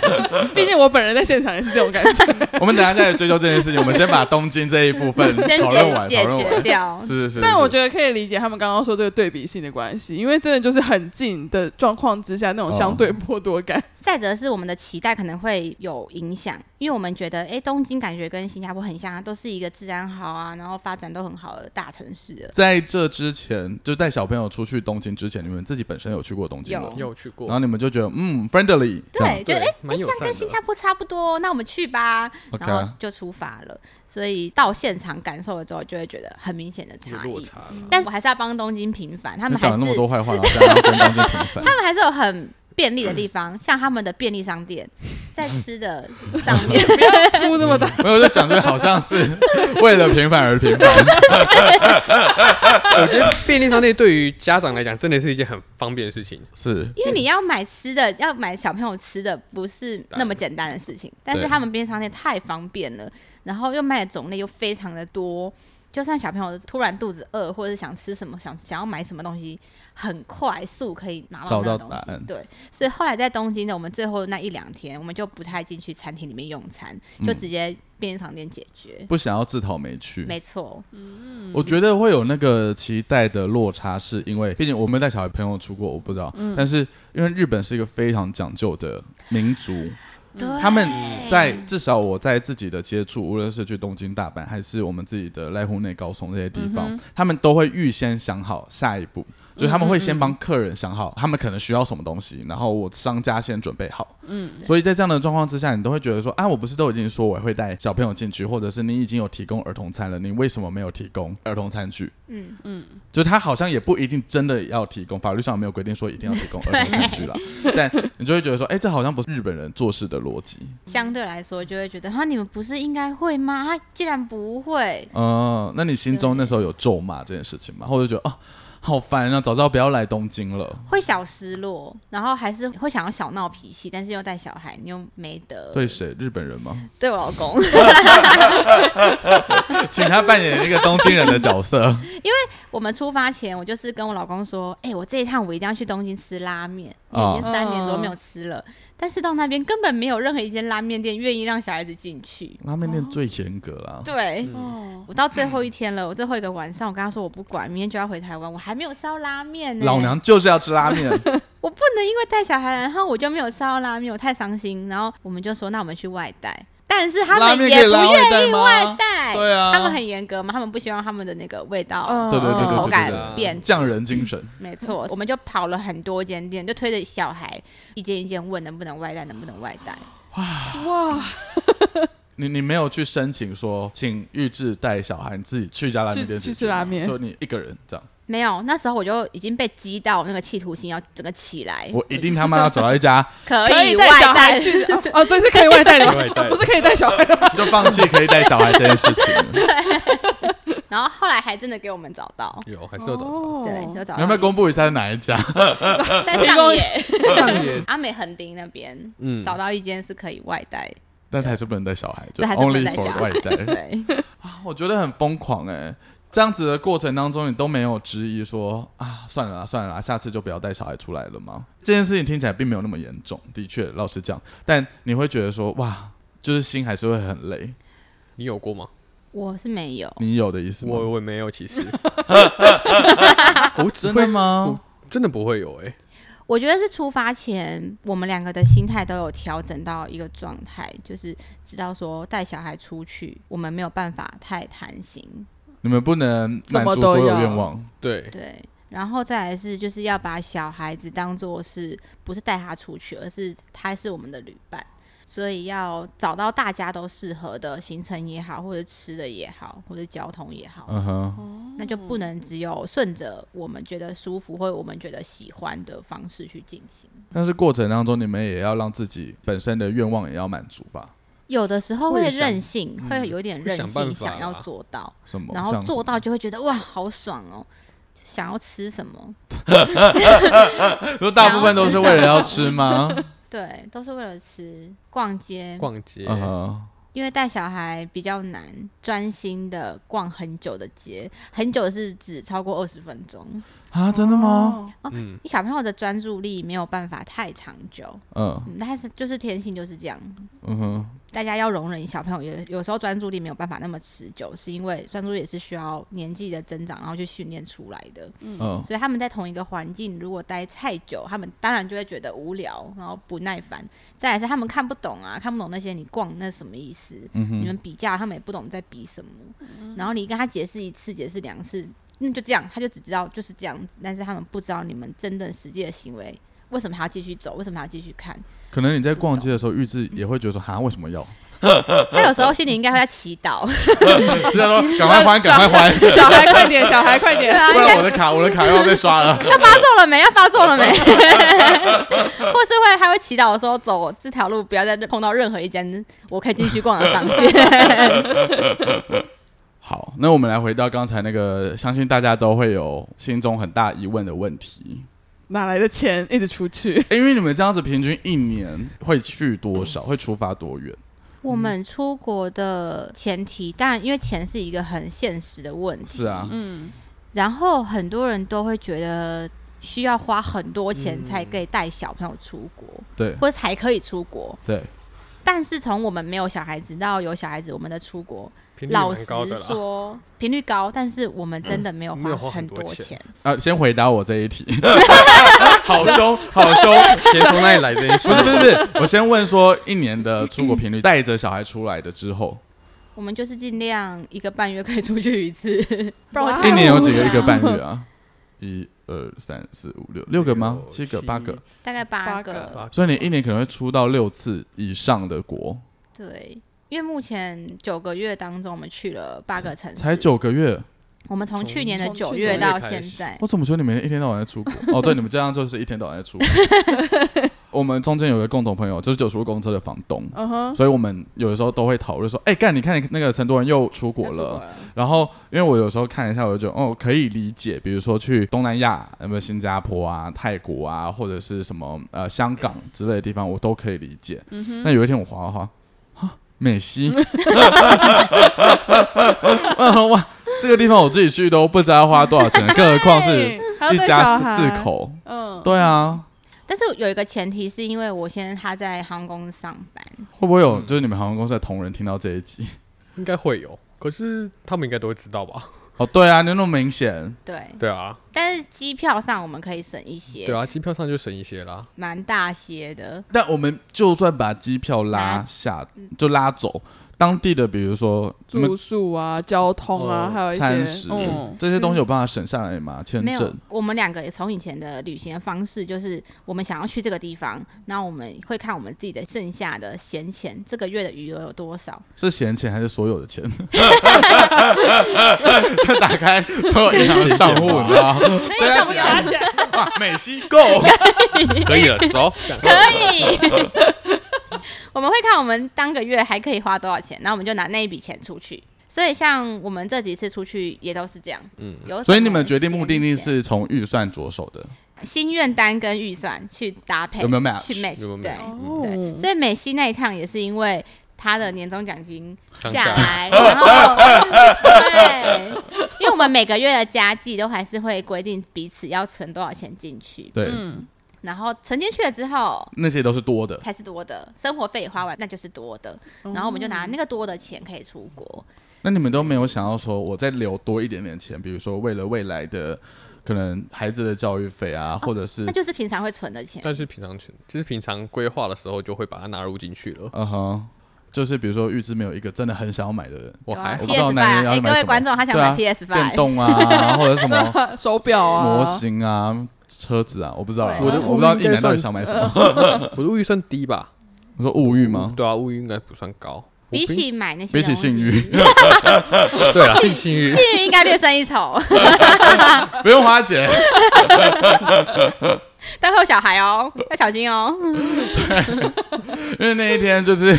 Speaker 4: 毕竟我本人在现场也是这种感觉。
Speaker 3: 我们等一下再来追究这件事情。我们先把东京这一部分
Speaker 1: 先
Speaker 3: 讨论完，
Speaker 1: 解
Speaker 3: 讨
Speaker 1: 解
Speaker 3: 论
Speaker 1: 决
Speaker 3: 完，
Speaker 1: 掉
Speaker 3: 是。是是。
Speaker 4: 但我
Speaker 3: 得
Speaker 4: 觉得可以理解他们刚刚说这个对比性的关系，因为真的就是很近的状况之下那种相对剥夺感。
Speaker 1: 再者是我们的期待可能会有影响，因为我们觉得，诶，东京感觉跟新加坡很像啊，都是一个治安好啊，然后发展都很好的大城市了。
Speaker 3: 在这之前，就带小朋友出去东京之前，你们自己本身有去过东京吗
Speaker 1: 有？
Speaker 2: 有去过
Speaker 3: 然后，你们就觉得，嗯，friendly，这样
Speaker 1: 对，觉得诶，
Speaker 2: 蛮友
Speaker 1: 这样
Speaker 2: 善
Speaker 3: 啊
Speaker 1: 跟新
Speaker 2: 的。
Speaker 1: 加坡差不多，那我们去吧，
Speaker 3: ，OK，
Speaker 1: 然后就出发了。所以到现场感受了之后，就会觉得很明显的
Speaker 2: 有
Speaker 1: 差
Speaker 2: 落
Speaker 1: 异。嗯
Speaker 2: 差了，
Speaker 1: 但是我还是要帮东京平反，他
Speaker 3: 你
Speaker 1: 们还
Speaker 3: 讲了
Speaker 1: 是
Speaker 3: 那么多坏话，然后现在要跟东京平 反。
Speaker 1: 他们还是有很便利的地方，像他们的便利商店，在吃的上面
Speaker 4: 不要哭那么大，
Speaker 3: 没有，就讲这好像是为了平反而平反。
Speaker 2: 我觉得呃便利商店对于家长来讲，真的是一件很方便的事情。
Speaker 3: 是，
Speaker 1: 因为你要买吃的，要买小朋友吃的，不是那么简单的事情。但是他们便利商店太方便了，然后又卖的种类又非常的多，就算小朋友突然肚子饿，或者是想吃什么，想想要买什么东西，很快速可以拿到
Speaker 3: 找
Speaker 1: 那
Speaker 3: 到
Speaker 1: 个东
Speaker 3: 答案
Speaker 1: 西。对，所以后来在东京的我们最后那一两天，我们就不太进去餐厅里面用餐，
Speaker 3: 嗯
Speaker 1: 就直接便利商店解决。
Speaker 3: 不想要自讨没趣。
Speaker 1: 没错，
Speaker 3: 我觉得会有那个期待的落差，是因为毕竟我没有带小朋友出过，我不知道。
Speaker 1: 嗯
Speaker 3: 但是因为日本是一个非常讲究的民族，
Speaker 1: 对，
Speaker 3: 他们在至少我在自己的接触，无论是去东京、大
Speaker 1: 嗯
Speaker 3: 阪，还是我们自己的濑户内、高松这些地方，他们都会预先想好下一步。就是他们会先帮客人想
Speaker 1: 嗯
Speaker 3: 好他们可能需要什么东西，然后我商家先准备好。嗯，所以在这样的状况之下，你都会觉得说啊，我不是都已经说我会带小朋友进去，或者是你已经有提供儿童餐了，你为什么没有提供儿童餐具？
Speaker 1: 嗯
Speaker 3: 就是他好像也不一定真的要提供，法律上没有规定说一定要提供儿童餐具啦， 但你就会觉得说，哎、这好像不是日本人做事的逻辑。
Speaker 1: 相对来说就会觉得，啊哈，你们不是应该会吗？他既然不会，
Speaker 3: 哦，那你心中那时候有咒骂这件事情吗？或者觉得哦，好烦啊，早知道不要来东京了。
Speaker 1: 会小失落，然后还是会想要小闹脾气，但是又带小孩，你又没得
Speaker 3: 对谁？日本人吗？
Speaker 1: 对我老公，
Speaker 3: 请他扮演一个东京人的 角色。
Speaker 1: 哦我们出发前，我就是跟我老公说，哎、我这一趟我一定要去东京吃拉面，
Speaker 3: 哦
Speaker 1: 我已经三年多没有吃了，但是到那边根本没有任何一间拉面店愿意让小孩子进去。
Speaker 3: 拉面店最严格啊啦。
Speaker 1: 对，
Speaker 4: 哦，
Speaker 1: 我到最后一天了，我最后一个晚上，我跟他说我不管，明天就要回台湾，我还没有烧拉面呢、
Speaker 3: 老娘就是要吃拉 面，
Speaker 1: 我不能因为带小孩了，然后我就没有吃到拉面，我太伤心。然后我们就说，那我们去外带，但是他
Speaker 3: 拉
Speaker 1: 们
Speaker 3: 面可
Speaker 1: 也
Speaker 3: 以
Speaker 1: 不
Speaker 3: 拉
Speaker 1: 愿
Speaker 3: 带
Speaker 1: 意
Speaker 3: 吗？
Speaker 1: 外带，
Speaker 3: 对啊，
Speaker 1: 他们很严格嘛，他们不希望他们的那个味道、
Speaker 4: 嗯
Speaker 3: 对对对对
Speaker 1: 口
Speaker 3: 对
Speaker 1: 感
Speaker 3: 对对
Speaker 1: 变
Speaker 3: 对，。匠人精神。
Speaker 1: 没错，我们就跑了很多间店，就推着小孩一间一间问能不能外带，能不能外带。
Speaker 4: 哇，
Speaker 3: 你你没有去申请说，请预制带小孩，你自己去一家拉面店
Speaker 4: 去去吃拉面
Speaker 3: 就你一个人这样。
Speaker 1: 没有，那时候我就已经被激到那个企图心要整个起来，
Speaker 3: 我一定他妈要找到一家
Speaker 1: 可
Speaker 4: 可
Speaker 1: 以
Speaker 4: 以
Speaker 1: 外
Speaker 4: 带小孩
Speaker 1: 带
Speaker 4: 去的哦，所以是可以外带的吗
Speaker 2: 可以外带，
Speaker 4: 不是可以带小孩的吗。
Speaker 3: 就放弃可以带小孩这件事 情。
Speaker 1: 然后后来还真的给我们找到，
Speaker 2: 有还是有找
Speaker 4: 哦
Speaker 1: 对，就找到
Speaker 3: 你要不要公布一下是哪一家？
Speaker 1: 在上 野
Speaker 2: 上野，
Speaker 1: 阿美横丁那边
Speaker 2: 嗯，
Speaker 1: 找到一间是可以外带，
Speaker 3: 但是还是不能带小孩，就
Speaker 1: 对还是不
Speaker 3: only
Speaker 1: 能带
Speaker 3: for
Speaker 1: 小孩
Speaker 3: 外 带。
Speaker 1: 对。
Speaker 3: 啊我觉得很疯狂哎、这样子的过程当中，你都没有质疑说啊，算了啦，算了啦，下次就不要带小孩出来了吗？这件事情听起来并没有那么严重，的确，老实讲，但你会觉得说哇，就是心还是会很累。
Speaker 2: 你有过吗？
Speaker 1: 我是没有，
Speaker 3: 你有的意思吗？啊
Speaker 2: 我我也没有，其实我只
Speaker 3: 真的
Speaker 2: 会
Speaker 3: 吗？
Speaker 2: 真的不会有哎，
Speaker 1: 我觉得是出发前我们两个的心态都有调整到一个状态，就是知道说带小孩出去，我们没有办法太贪心，
Speaker 3: 你们不能
Speaker 4: 什
Speaker 3: 满
Speaker 4: 么
Speaker 3: 足
Speaker 4: 都
Speaker 3: 所有
Speaker 4: 要
Speaker 3: 愿望，
Speaker 2: 对，
Speaker 1: 对。然后再来是，就是要把小孩子当做是不是带他出去，而是他是我们的旅伴，所以要找到大家都适合的行程也好，或者吃的也好，或者交通也好，
Speaker 3: 嗯哼，
Speaker 1: 那就不能只有顺着我们觉得舒服或者我们觉得喜欢的方式去进行。
Speaker 3: 但是过程当中，你们也要让自己本身的愿望也要满足吧？
Speaker 1: 有的时候会
Speaker 2: 会想
Speaker 1: 任性，
Speaker 2: 嗯
Speaker 1: 会有点
Speaker 2: 会
Speaker 1: 任
Speaker 2: 想
Speaker 1: 性，
Speaker 2: 办法
Speaker 1: 想要
Speaker 2: 啦
Speaker 1: 做到，
Speaker 3: 什么？
Speaker 1: 然
Speaker 3: 像
Speaker 1: 后
Speaker 3: 什
Speaker 1: 做
Speaker 3: 么
Speaker 1: 到就会觉得哇，好爽哦！想要吃什么？
Speaker 3: 说大部分都是为了要 吃吗？
Speaker 1: 对，都是为了吃。逛街，
Speaker 2: 逛街，
Speaker 3: 嗯哼，
Speaker 1: 因为带小孩比较难专心的逛很久的街，很久是指超过二十分钟。
Speaker 3: 啊，真的吗？
Speaker 2: 嗯，
Speaker 1: 你小朋友的专注力没有办法太长久，
Speaker 3: 嗯
Speaker 1: 嗯，但是就是天性就是这样。
Speaker 3: 嗯哼，
Speaker 1: 大家要容忍小朋友有有时候专注力没有办法那么持久，是因为专注力也是需要年纪的增长，然后去训练出来的。
Speaker 3: 嗯，
Speaker 1: 所以他们在同一个环境如果待太久，他们当然就会觉得无聊，然后不耐烦。再来是他们看不懂啊，看不懂那些你逛那什么意思，
Speaker 3: 嗯哼
Speaker 1: 你们比价他们也不懂在比什么。然后你跟他解释一次，解释两次，那就这样，他就只知道就是这样子，但是他们不知道你们真正实际的行为。为什么还要继续走？为什么还要继续看？
Speaker 3: 可能你在逛街的时候，预知也会觉得说，哈，为什么要？
Speaker 1: 他有时候心里应该会在祈祷，
Speaker 3: 是在说赶快还，赶快 还，
Speaker 4: 小孩快点，小孩快点。
Speaker 3: 不然我的卡，我的卡又要被刷了。
Speaker 1: 要发作了没？要发作了没？ 或是会他会祈祷说，走这条路不要再碰到任何一间我可以进去逛的商店。
Speaker 3: 好，那我们来回到刚才那个，相信大家都会有心中很大疑问的问题，
Speaker 4: 哪来的钱一直出去？
Speaker 3: 因为你们这样子平均一年会去多少，会出发多远？
Speaker 1: 我们出国的前提，当然因为钱是一个很现实的问题，
Speaker 3: 是啊，
Speaker 4: 嗯，
Speaker 1: 然后很多人都会觉得需要花很多钱
Speaker 2: 嗯
Speaker 1: 才可以带小朋友出国，
Speaker 3: 对
Speaker 1: 或者才可以出国。
Speaker 3: 对，
Speaker 1: 但是从我们没有小孩子到有小孩子，我们的出国
Speaker 2: 频率
Speaker 1: 老
Speaker 2: 蛮
Speaker 1: 实
Speaker 2: 高的啦，
Speaker 1: 说频率高，但是我们真的没有
Speaker 2: 没有花
Speaker 1: 很
Speaker 2: 很多钱
Speaker 1: 钱。
Speaker 3: 啊，先回答我这一 题，好凶，好凶。
Speaker 2: 钱从哪里来这件事
Speaker 3: 不？是不是不是，我先问说一年的出国频率，带着小孩出来的之后，
Speaker 1: 我们就是尽量一个半月可以出去一次，不然我 真
Speaker 4: 哇
Speaker 1: 的
Speaker 3: 一年有几个
Speaker 1: 无
Speaker 3: 一
Speaker 1: 聊
Speaker 3: 个半月啊？一二三四五 六六个吗
Speaker 2: 六？
Speaker 3: 七个、八个？
Speaker 1: 大概八
Speaker 4: 八
Speaker 1: 个，
Speaker 4: 个
Speaker 2: 八个
Speaker 3: 所以你一年可能会出到六次以上的国，
Speaker 1: 对。因为目前九个月当中，我们去了八个城市，
Speaker 3: 才。九个月，
Speaker 1: 我们从去年的
Speaker 4: 从去
Speaker 1: 九
Speaker 4: 年
Speaker 1: 月到
Speaker 2: 开
Speaker 1: 现
Speaker 2: 始
Speaker 1: 在，
Speaker 3: 我怎么觉得你们一天到晚在出国？哦，对，你们这样就是一天到晚在出国。我们中间有个共同朋友，就是九十路公车的房东，
Speaker 4: 嗯哼，
Speaker 3: 所以我们有的时候都会讨论说，哎、干，你看那个成都人又出国了。然后，因为我有时候看一下，我就觉得哦，可以理解，比如说去东南亚，有没有新加坡啊、泰国啊，或者是什么呃香港之类的地方，我都可以理解。
Speaker 4: 嗯
Speaker 3: 那有一天我滑滑滑，啊，美西， 哇哇，这个地方我自己去都不知道要花多少钱，更何况是
Speaker 4: 哎还
Speaker 3: 一
Speaker 4: 有带
Speaker 3: 家
Speaker 4: 小
Speaker 3: 四
Speaker 4: 孩，
Speaker 3: 口。
Speaker 4: 嗯，
Speaker 3: 对啊，
Speaker 1: 但是有一个前提，是因为我先在他在航空公司上班，
Speaker 3: 会不会
Speaker 4: 嗯
Speaker 3: 有就是你们航空公司的同仁听到这一集？
Speaker 2: 应该会有，可是他们应该都会知道吧？
Speaker 3: 哦，对啊，你那么明显，
Speaker 1: 对。
Speaker 2: 对啊，
Speaker 1: 但是机票上我们可以省一些，
Speaker 2: 对啊，机票上就省一些啦。
Speaker 1: 蛮大些的。
Speaker 3: 但我们就算把机票拉
Speaker 1: 拉
Speaker 3: 下，就拉走，当地的比如说什么
Speaker 4: 嗯住宿啊、交通
Speaker 2: 哦
Speaker 4: 啊，还有一
Speaker 3: 餐
Speaker 4: 些
Speaker 3: 食、
Speaker 4: 嗯，
Speaker 3: 这些东西有办法省下来吗？签
Speaker 1: 没有
Speaker 3: 证，
Speaker 1: 我们两个也从以前的旅行的方式，就是我们想要去这个地方，那我们会看我们自己的剩下的闲钱，这个月的余额有多少。
Speaker 3: 是闲钱还是所有的 钱？打开所有银行账户，你知道吗？
Speaker 1: 没有想不
Speaker 4: 加起来
Speaker 3: 哇，美西 Go，
Speaker 2: 可以了， 走，这样
Speaker 1: 可以。 我们会看我们当个月还可以花多少钱，然后我们就拿那一笔钱出去。所以像我们这几次出去也都是这样，嗯，有。
Speaker 3: 所以你们决定目的地是从预算着手的，
Speaker 1: 心愿单跟预算去搭配，
Speaker 3: 有没有 match？
Speaker 1: 去 match？
Speaker 2: 有没有嗯
Speaker 1: 对
Speaker 2: match？
Speaker 1: 对，
Speaker 3: 嗯
Speaker 4: 哦，
Speaker 1: 所以美西那一趟也是因为他的年终奖金
Speaker 2: 降
Speaker 1: 下
Speaker 2: 下
Speaker 1: 来， 然后对，因为我们每个月的家计都还是会规定彼此要存多少钱进去，
Speaker 3: 对，
Speaker 4: 嗯，
Speaker 1: 然后存进去了之后。
Speaker 3: 那些都是多的。
Speaker 1: 才是多的，生活费也花完那就是多的，然后我们就拿那个多的钱可以出国。
Speaker 3: 那你们都没有想要说，我再留多一点点钱，比如说为了未来的可能孩子的教育费啊，或者是
Speaker 1: 那就是平常会存的钱。
Speaker 2: 但是平常去，就是平常规划的时候就会把它纳入进去了。
Speaker 3: 嗯哼，就是比如说预知没有一个真的很想要买的人，
Speaker 2: 我还好
Speaker 3: 我不知道
Speaker 1: PS
Speaker 3: 男人
Speaker 1: Five，
Speaker 3: 要买
Speaker 1: 哎，
Speaker 3: 什么
Speaker 1: 各位观众，他想买
Speaker 3: 对
Speaker 1: PS
Speaker 3: 电
Speaker 1: Five，
Speaker 3: 动啊，或者什么
Speaker 4: 手表啊，
Speaker 3: 模型啊、车子啊，我不知道啊，
Speaker 1: 对
Speaker 3: 我
Speaker 1: 我
Speaker 2: 的
Speaker 3: 我不知道
Speaker 2: 物欲
Speaker 3: 一男到底
Speaker 2: 应该算
Speaker 3: 想买什么。
Speaker 2: 我的物欲算低吧？
Speaker 3: 你说物欲呃吗？
Speaker 2: 对啊，物欲应该不算高。我
Speaker 1: 比
Speaker 2: 平
Speaker 1: 起买那些，
Speaker 3: 比起性欲，
Speaker 2: 对啊，比起性欲，
Speaker 1: 性欲应该略胜一筹。
Speaker 3: 不用花钱，
Speaker 1: 但会有小孩哦，要小心哦。
Speaker 3: 因为那一天就是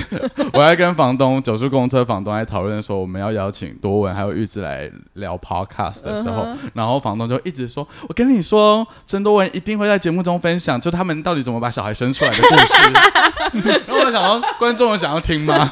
Speaker 3: 我在跟房东九叔公车房东在讨论说我们要邀请多文还有玉志来聊 podcast 的时候，然后房东就一直说：“我跟你说，郑多文一定会在节目中分享，就他们到底怎么把小孩生出来的故事。”然后我想说，观众有想要听吗？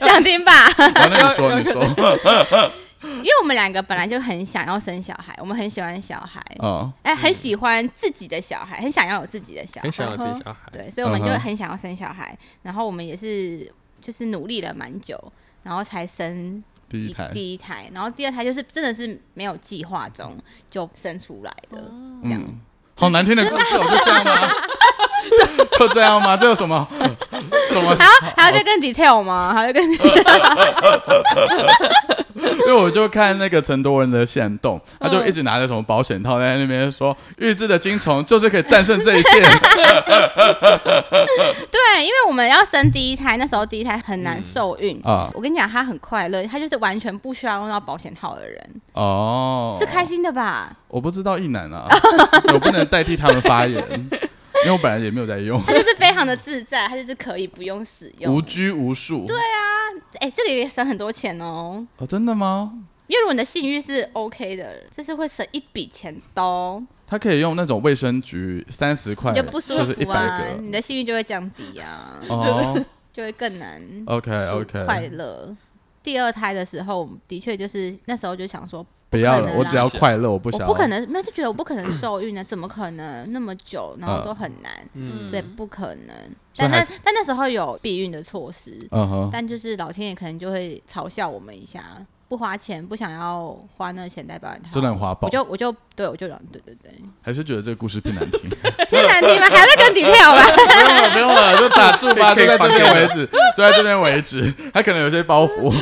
Speaker 1: 想听吧？
Speaker 3: 然后那你说，
Speaker 4: 有
Speaker 3: 你
Speaker 4: 有可
Speaker 3: 说，
Speaker 1: 因为我们两个本来就很想要生小孩，我们很喜欢小孩，
Speaker 3: 嗯，
Speaker 1: 哎、很喜欢自己的小孩，很想要有自己的小孩
Speaker 2: 很，想要自己小孩。
Speaker 1: 对，所以我们就
Speaker 3: 嗯哼
Speaker 1: 很想要生小孩，然后我们也是就是努力了蛮久，然后才生
Speaker 3: 第一台，
Speaker 1: 第一胎，然后第二胎就是真的是没有计划中就生出来的，这样、
Speaker 3: 嗯，好难听的故事，我就这样吗？就这样吗？这有什么什么？
Speaker 1: 还要还要再更 detail 吗？还要更
Speaker 3: 呃因为我就看那个成都人的线动，他
Speaker 1: 嗯
Speaker 3: 就一直拿着什么保险套在那边说，预知的精虫就是可以战胜这一切。
Speaker 1: 对，因为我们要生第一胎，那时候第一胎很难受孕。
Speaker 3: 啊
Speaker 1: 我跟你讲，他很快乐，他就是完全不需要用到保险套的人，
Speaker 3: 哦，
Speaker 1: 是开心的吧？
Speaker 3: 我不知道一男啊， 我不能代替他们发言，因为我本来也没有在 用，
Speaker 1: 他就是非常的自在，他 就是可以不用使用
Speaker 3: 无。拘无束。对啊，
Speaker 1: 哎、这里也省很多钱哦。
Speaker 3: 哦，真的吗？
Speaker 1: 因为如果你的性欲是 OK 的，这是会省一笔钱的哦，
Speaker 3: 他可以用那种卫生局三十块，
Speaker 1: 你就不舒
Speaker 3: 就是一
Speaker 1: 服啊
Speaker 3: 百，个。
Speaker 1: 你的性欲就会降低啊，
Speaker 3: 哦
Speaker 1: 就会更难
Speaker 3: ，OK
Speaker 1: 快
Speaker 3: 哎 OK，
Speaker 1: 乐。第二胎的时候，的确就是那时候就想说，
Speaker 3: 不要
Speaker 1: 不可
Speaker 3: 了，
Speaker 1: 能啊
Speaker 3: 我只要快乐，我不
Speaker 1: 我
Speaker 3: 想要。
Speaker 1: 不可能，那就觉得我不可能受孕呢，啊怎么可能那么久，然后都很难，
Speaker 2: 嗯，
Speaker 1: 所以不可能。
Speaker 3: 所以
Speaker 1: 但
Speaker 3: 还
Speaker 1: 那
Speaker 3: 是
Speaker 1: 但那时候有避孕的措施，
Speaker 3: 嗯哼，
Speaker 1: 但就是老天爷可能就会嘲笑我们一下，不花钱，不想要花那个钱戴保险套，
Speaker 3: 真的很花
Speaker 1: 我
Speaker 3: 豹，
Speaker 1: 就我就对我就让对对对，
Speaker 3: 还是觉得这个故事变难听。
Speaker 1: 偏难听吗？还在跟啊 detail 吧？
Speaker 3: 不用了，不用了，就打住吧，
Speaker 2: 可
Speaker 3: 就
Speaker 2: 以
Speaker 3: 在这
Speaker 2: 放
Speaker 3: 边
Speaker 2: 掉
Speaker 3: 为
Speaker 2: 了
Speaker 3: 止，就在这边为止。 他可能有些包 袱，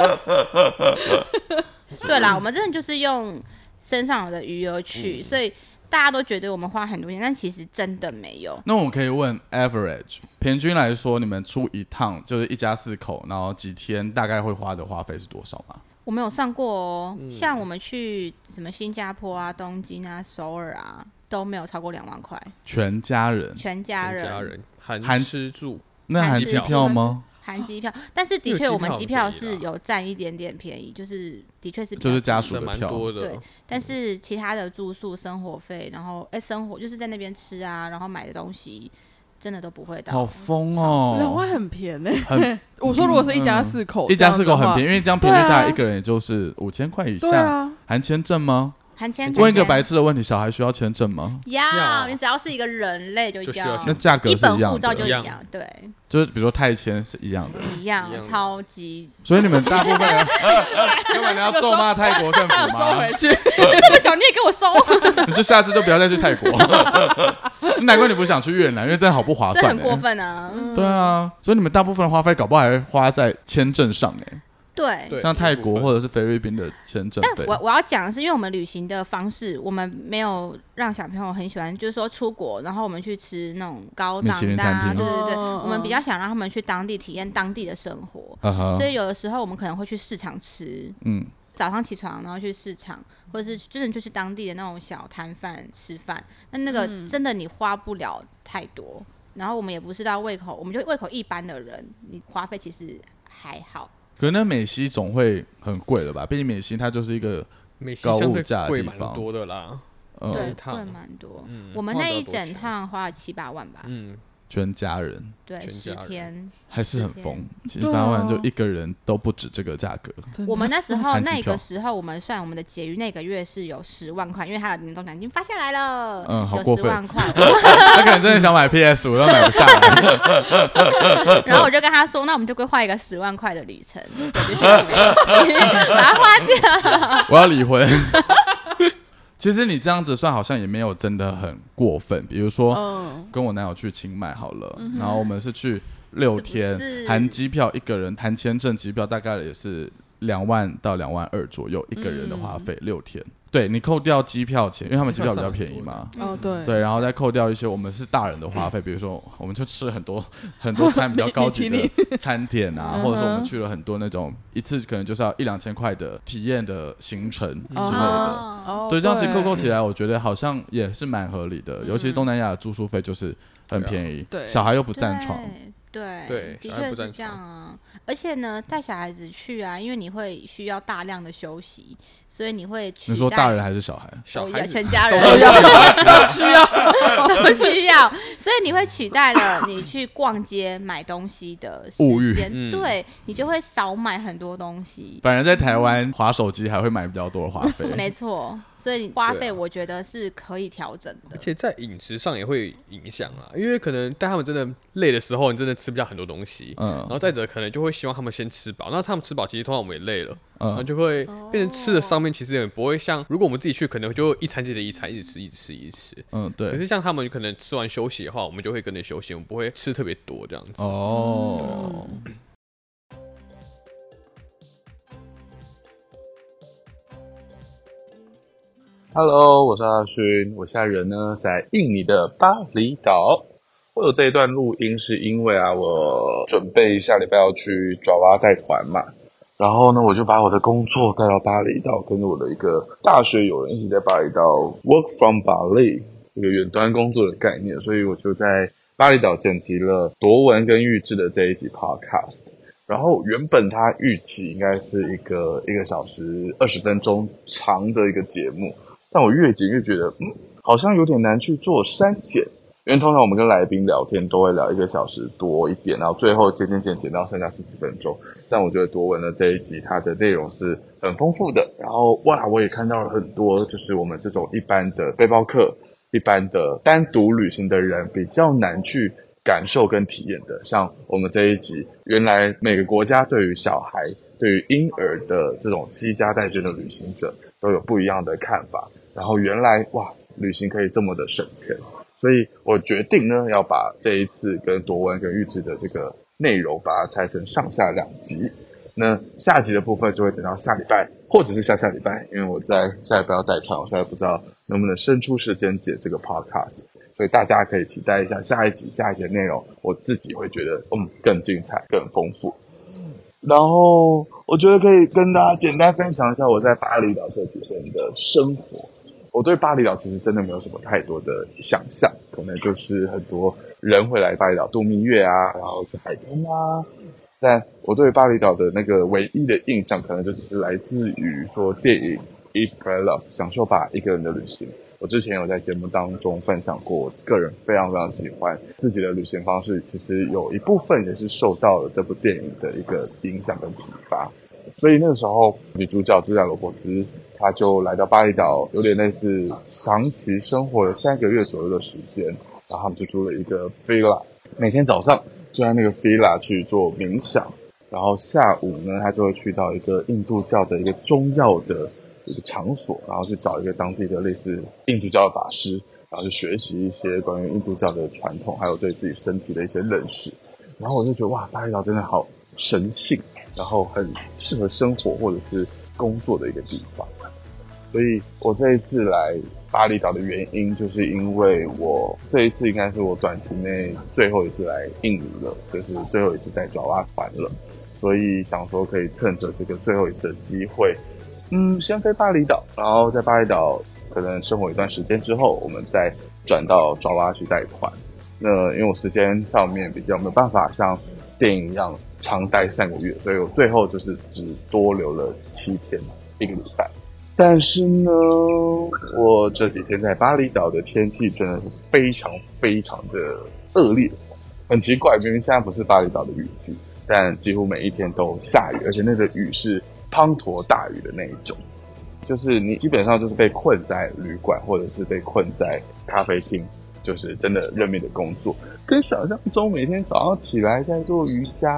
Speaker 3: 嗯
Speaker 1: 对啦，我们真的就是用身上有的余额去，所以大家都觉得我们花很多钱，但其实真的没有。
Speaker 3: 那我可以问 average 平均来说，你们出一趟就是一家四口，然后几天大概会花的花费是多少吗？
Speaker 1: 我们有算过哦，
Speaker 3: 嗯
Speaker 1: 像我们去什么新加坡啊、东京啊、首尔啊，都没有超过两万块，
Speaker 3: 全家人，
Speaker 1: 全家人
Speaker 2: 全家人含
Speaker 3: 含
Speaker 2: 吃住，
Speaker 3: 那含机票吗？
Speaker 1: 含机票。但是的
Speaker 2: 日
Speaker 1: 确，
Speaker 2: 机
Speaker 1: 我们
Speaker 2: 票
Speaker 1: 机
Speaker 2: 很
Speaker 1: 票
Speaker 2: 便宜
Speaker 1: 是
Speaker 2: 啦
Speaker 1: 有占一点点便宜，就是的确是比
Speaker 3: 就
Speaker 1: 较
Speaker 3: 是
Speaker 1: 便宜
Speaker 3: 家属的
Speaker 2: 是蛮
Speaker 3: 票
Speaker 2: 多的
Speaker 1: 对。但是其他的住宿、生活费，然后哎、生活就是在那边吃啊，然后买的东西，真的都不会
Speaker 3: 好
Speaker 1: 到。
Speaker 3: 疯
Speaker 4: 两
Speaker 3: 哦！
Speaker 4: 万很便宜。
Speaker 3: 很
Speaker 4: 我说如果是一家四口，
Speaker 3: 嗯一家四口很便宜，
Speaker 4: 宜。
Speaker 3: 因为这样平均下来
Speaker 4: 对啊
Speaker 3: 一个人也就是五千块以
Speaker 4: 对
Speaker 3: 下，
Speaker 4: 啊，
Speaker 3: 含签证吗？
Speaker 1: 含签
Speaker 3: 问一个
Speaker 1: 含
Speaker 3: 白
Speaker 1: 签
Speaker 3: 痴的问题，小孩需要签证吗？
Speaker 1: 要，
Speaker 2: 要
Speaker 1: 你只要是一个人类就
Speaker 2: 就需
Speaker 1: 要
Speaker 2: 要，
Speaker 3: 那价格
Speaker 1: 一
Speaker 3: 是一
Speaker 1: 本
Speaker 3: 样
Speaker 1: 护照
Speaker 3: 的，
Speaker 1: 就一
Speaker 2: 一样
Speaker 1: 样，对，
Speaker 3: 就是比如说泰签是一样的，
Speaker 1: 一样
Speaker 2: 一样，的
Speaker 1: 超级。
Speaker 3: 所以你们大部 分人根本你要咒骂泰国 政
Speaker 4: 要
Speaker 3: 府
Speaker 4: 收
Speaker 3: 吗？
Speaker 4: 回去。
Speaker 1: 这小你也给我收，
Speaker 3: 你就下次就不要再去泰国。 难怪你不想去越南，因为真的好不划
Speaker 1: 这
Speaker 3: 哦算
Speaker 1: 很
Speaker 3: 呢、
Speaker 1: 过分啊！
Speaker 3: 对啊，所以你们大部分的花费搞不好还会花在签证上呢、
Speaker 1: 对，
Speaker 2: 对，
Speaker 3: 像泰
Speaker 2: 一
Speaker 3: 国
Speaker 2: 部分
Speaker 3: 或者是菲律宾的签证费
Speaker 1: 但。我我要讲的是，因为我们旅行的方式，我们没有让小朋友很喜欢，就是说出国，然后我们去吃那种高档
Speaker 3: 米其林
Speaker 1: 的、啊，
Speaker 3: 餐
Speaker 1: 对
Speaker 3: 厅
Speaker 1: 对对，
Speaker 4: 嗯
Speaker 1: 我们比较想让他们去当地体验当地的生活，
Speaker 3: 嗯哼
Speaker 1: 所以有的时候我们可能会去市场吃，
Speaker 3: 嗯，
Speaker 1: 早上起床然后去市场，或者是真的就是当地的那种小摊贩吃饭，那那个真的你花不了太多，然后我们也不是到胃口，我们就胃口一般的人，你花费其实还好。
Speaker 3: 可能美西总会很贵了吧？毕竟美西它就是一个
Speaker 2: 美西
Speaker 3: 高
Speaker 2: 相
Speaker 3: 物
Speaker 2: 对
Speaker 3: 价的
Speaker 2: 贵
Speaker 3: 地
Speaker 2: 蛮
Speaker 3: 方
Speaker 2: 多的啦，
Speaker 1: 对，
Speaker 3: 呃
Speaker 1: 会
Speaker 2: 趟
Speaker 1: 蛮多。
Speaker 2: 嗯
Speaker 1: 我们
Speaker 2: 花
Speaker 1: 那
Speaker 2: 不了
Speaker 1: 一
Speaker 2: 多
Speaker 1: 整
Speaker 2: 钱
Speaker 1: 趟花了七八万吧，
Speaker 2: 嗯，
Speaker 3: 全家人
Speaker 1: 对，
Speaker 2: 全
Speaker 1: 十
Speaker 2: 家人
Speaker 1: 天。
Speaker 3: 还是很
Speaker 1: 十
Speaker 3: 疯
Speaker 1: 天，
Speaker 3: 七
Speaker 4: 对啊
Speaker 3: 八万就一个人都不止这个价格，
Speaker 4: 真的
Speaker 1: 我们那时候
Speaker 3: 含机
Speaker 1: 那
Speaker 3: 票
Speaker 1: 个时候，我们算我们的结余那个月是有十万块，因为他的年终奖金发下来了，
Speaker 3: 嗯好过
Speaker 1: 有十
Speaker 3: 分
Speaker 1: 万 块。
Speaker 3: 他可能真的想买 PS 五，但买不下来。
Speaker 1: 然后我就跟他说，那我们就规划一个十万块的旅程， 所以就去美西把它花
Speaker 3: 我要离婚。 其实你这样子算好像也没有真的很过分，比如
Speaker 1: 哦
Speaker 3: 说
Speaker 4: 嗯，
Speaker 3: 跟我男友去清迈好了，然后我们是去六天
Speaker 1: 嗯是不，是
Speaker 3: 含机票一个人，含签证机票大概也是两万到两万二左右一个人的花费，六天。
Speaker 1: 嗯
Speaker 3: 对你扣掉机票钱，因为他们机票比较便宜嘛，
Speaker 4: 哦对
Speaker 3: 对，然后再扣掉一些我们是大人的花费，比如说我们就吃很多 很多餐比较高级
Speaker 4: 米
Speaker 3: 的餐点啊，
Speaker 4: 嗯哼
Speaker 3: 或者说我们去了很多那种一次可能就是要一两千块的体验的行程之类的。
Speaker 1: 哦，
Speaker 4: 哦
Speaker 3: 对，这样子扣扣起来，我觉得好像也是蛮合理的。尤其东南亚的住宿费就是很便宜，
Speaker 4: 嗯对
Speaker 3: 小孩又不占床，
Speaker 1: 对
Speaker 2: 对
Speaker 1: 的
Speaker 2: 小孩
Speaker 1: 确
Speaker 2: 不
Speaker 1: 是
Speaker 2: 占
Speaker 1: 这样啊。而且呢，带小孩子去啊，因为你会需要大量的休息，所以你会取
Speaker 3: 你说
Speaker 1: 代
Speaker 3: 大人还是小孩？
Speaker 2: 小
Speaker 1: 都
Speaker 2: 孩
Speaker 1: 要
Speaker 2: 子
Speaker 1: 全家人
Speaker 2: 都要
Speaker 4: 需要
Speaker 1: 不需要，所以你会取代了你去逛街买东西的
Speaker 3: 物欲
Speaker 1: 时间，
Speaker 2: 嗯
Speaker 1: 对你就会少买很多东西。
Speaker 3: 反而在台
Speaker 2: 嗯
Speaker 3: 湾划手机还会买比较多的花 费。
Speaker 1: 没错，所以花
Speaker 2: 对
Speaker 1: 费
Speaker 2: 啊
Speaker 1: 我觉得是可以调整的
Speaker 2: 而。且在饮食上也会影响啦，因为可能带他们真的累的时候，你真的吃不下很多东西，然
Speaker 3: 嗯
Speaker 2: 后再者可能就会希望他们先吃饱，那他们吃饱其实通常我们也累了，然后
Speaker 3: 嗯，
Speaker 2: 就会变成吃的上面其实也不会像，如果我们自己去，可能就一餐接着一餐一直吃一直吃一直吃，
Speaker 3: 嗯，
Speaker 2: 可
Speaker 3: 对。
Speaker 2: 是像他们可能吃完休息的话，我们就会跟着休息，我们不会吃特别多这样子。
Speaker 3: 哦，
Speaker 4: 嗯
Speaker 5: Hello，我是阿勋，我现在人呢在印尼的巴厘岛。我有这一段录音是因为啊，我准备下礼拜要去爪哇带团嘛，然后呢，我就把我的工作带到巴厘岛，跟着我的一个大学友人一起在巴厘岛 work from 巴黎，一个远端工作的概念，所以我就在巴厘岛剪辑了铎文跟玉志的这一集 podcast。然后原本它预期应该是一个一个小时二十分钟长的一个节目，但我越剪越觉得，嗯，好像有点难去做删减，因为通常我们跟来宾聊天都会聊一个小时多一点，然后最后剪剪剪剪到剩下四十分钟。但我觉得多文的这一集它的内容是很丰富的，然后哇，我也看到了很多，就是我们这种一般的背包客、一般的单独旅行的人比较难去。感受跟体验的，像我们这一集，原来每个国家对于小孩、对于婴儿的这种惜家带眷的旅行者，都有不一样的看法。然后原来哇，旅行可以这么的省钱，所以我决定呢，要把这一次跟夺文跟玉志的这个内容，把它拆成上下两集。那下集的部分就会等到下礼拜或者是下下礼拜，因为我在下礼拜要带团，我现在不知道能不能伸出时间解这个 podcast，所以大家可以期待一下下一集、下一集的内容，我自己会觉得嗯更精彩、更丰富。然后我觉得可以跟大家简单分享一下我在巴厘岛这几天的生活。我对巴厘岛其实真的没有什么太多的想象，可能就是很多人会来巴厘岛度蜜月啊，然后去海边啊。但我对巴厘岛的那个唯一的印象，可能就只是来自于说电影《Eat Pray Love》，享受吧一个人的旅行。我之前有在节目当中分享过，我个人非常非常喜欢自己的旅行方式，其实有一部分也是受到了这部电影的一个影响跟启发。所以那个时候，女主角朱亚罗伯茨，她就来到巴厘岛，有点类似长期生活了三个月左右的时间，然后他们就租了一个 villa，每天早上就在那个 villa 去做冥想，然后下午呢，她就会去到一个印度教的一个中药的一个场所，然后去找一个当地的类似印度教的法师，然后去学习一些关于印度教的传统，还有对自己身体的一些认识。然后我就觉得哇，巴厘岛真的好神性，然后很适合生活或者是工作的一个地方。所以我这一次来巴厘岛的原因，就是因为我这一次应该是我短期内最后一次来印尼了，就是最后一次带爪哇团了，所以想说可以趁着这个最后一次的机会，嗯，先飞巴厘岛，然后在巴厘岛可能生活一段时间之后，我们再转到爪哇去贷款。那因为我时间上面比较没有办法像电影一样长待三个月，所以我最后就是只多留了七天，一个礼拜。但是呢，我这几天在巴厘岛的天气真的是非常非常的恶劣，很奇怪，明明现在不是巴厘岛的雨季，但几乎每一天都下雨，而且那个雨是滂沱大雨的那一种。就是你基本上就是被困在旅馆，或者是被困在咖啡厅，就是真的认命的工作，跟想象中每天早上起来在做瑜伽，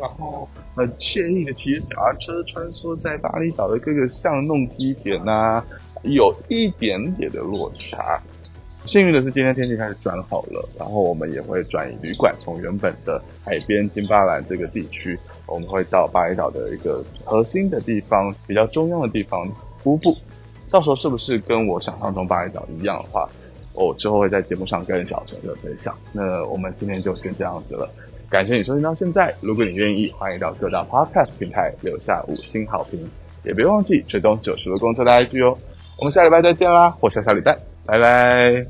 Speaker 5: 然后很惬意的骑着脚踏车穿梭在巴厘岛的各个巷弄梯田呐、有一点点的落差。幸运的是，今天天气开始转好了，然后我们也会转移旅馆，从原本的海边金巴兰这个地区，我们会到巴厘岛的一个核心的地方，比较中央的地方乌布。到时候是不是跟我想象中巴厘岛一样的话，我之后会在节目上跟小陈的分享。那我们今天就先这样子了，感谢你收听到现在。如果你愿意，欢迎到各大 podcast 平台留下五星好评，也别忘记追踪九十路公车的 IG 哦。我们下礼拜再见啦，或下下礼拜，拜拜。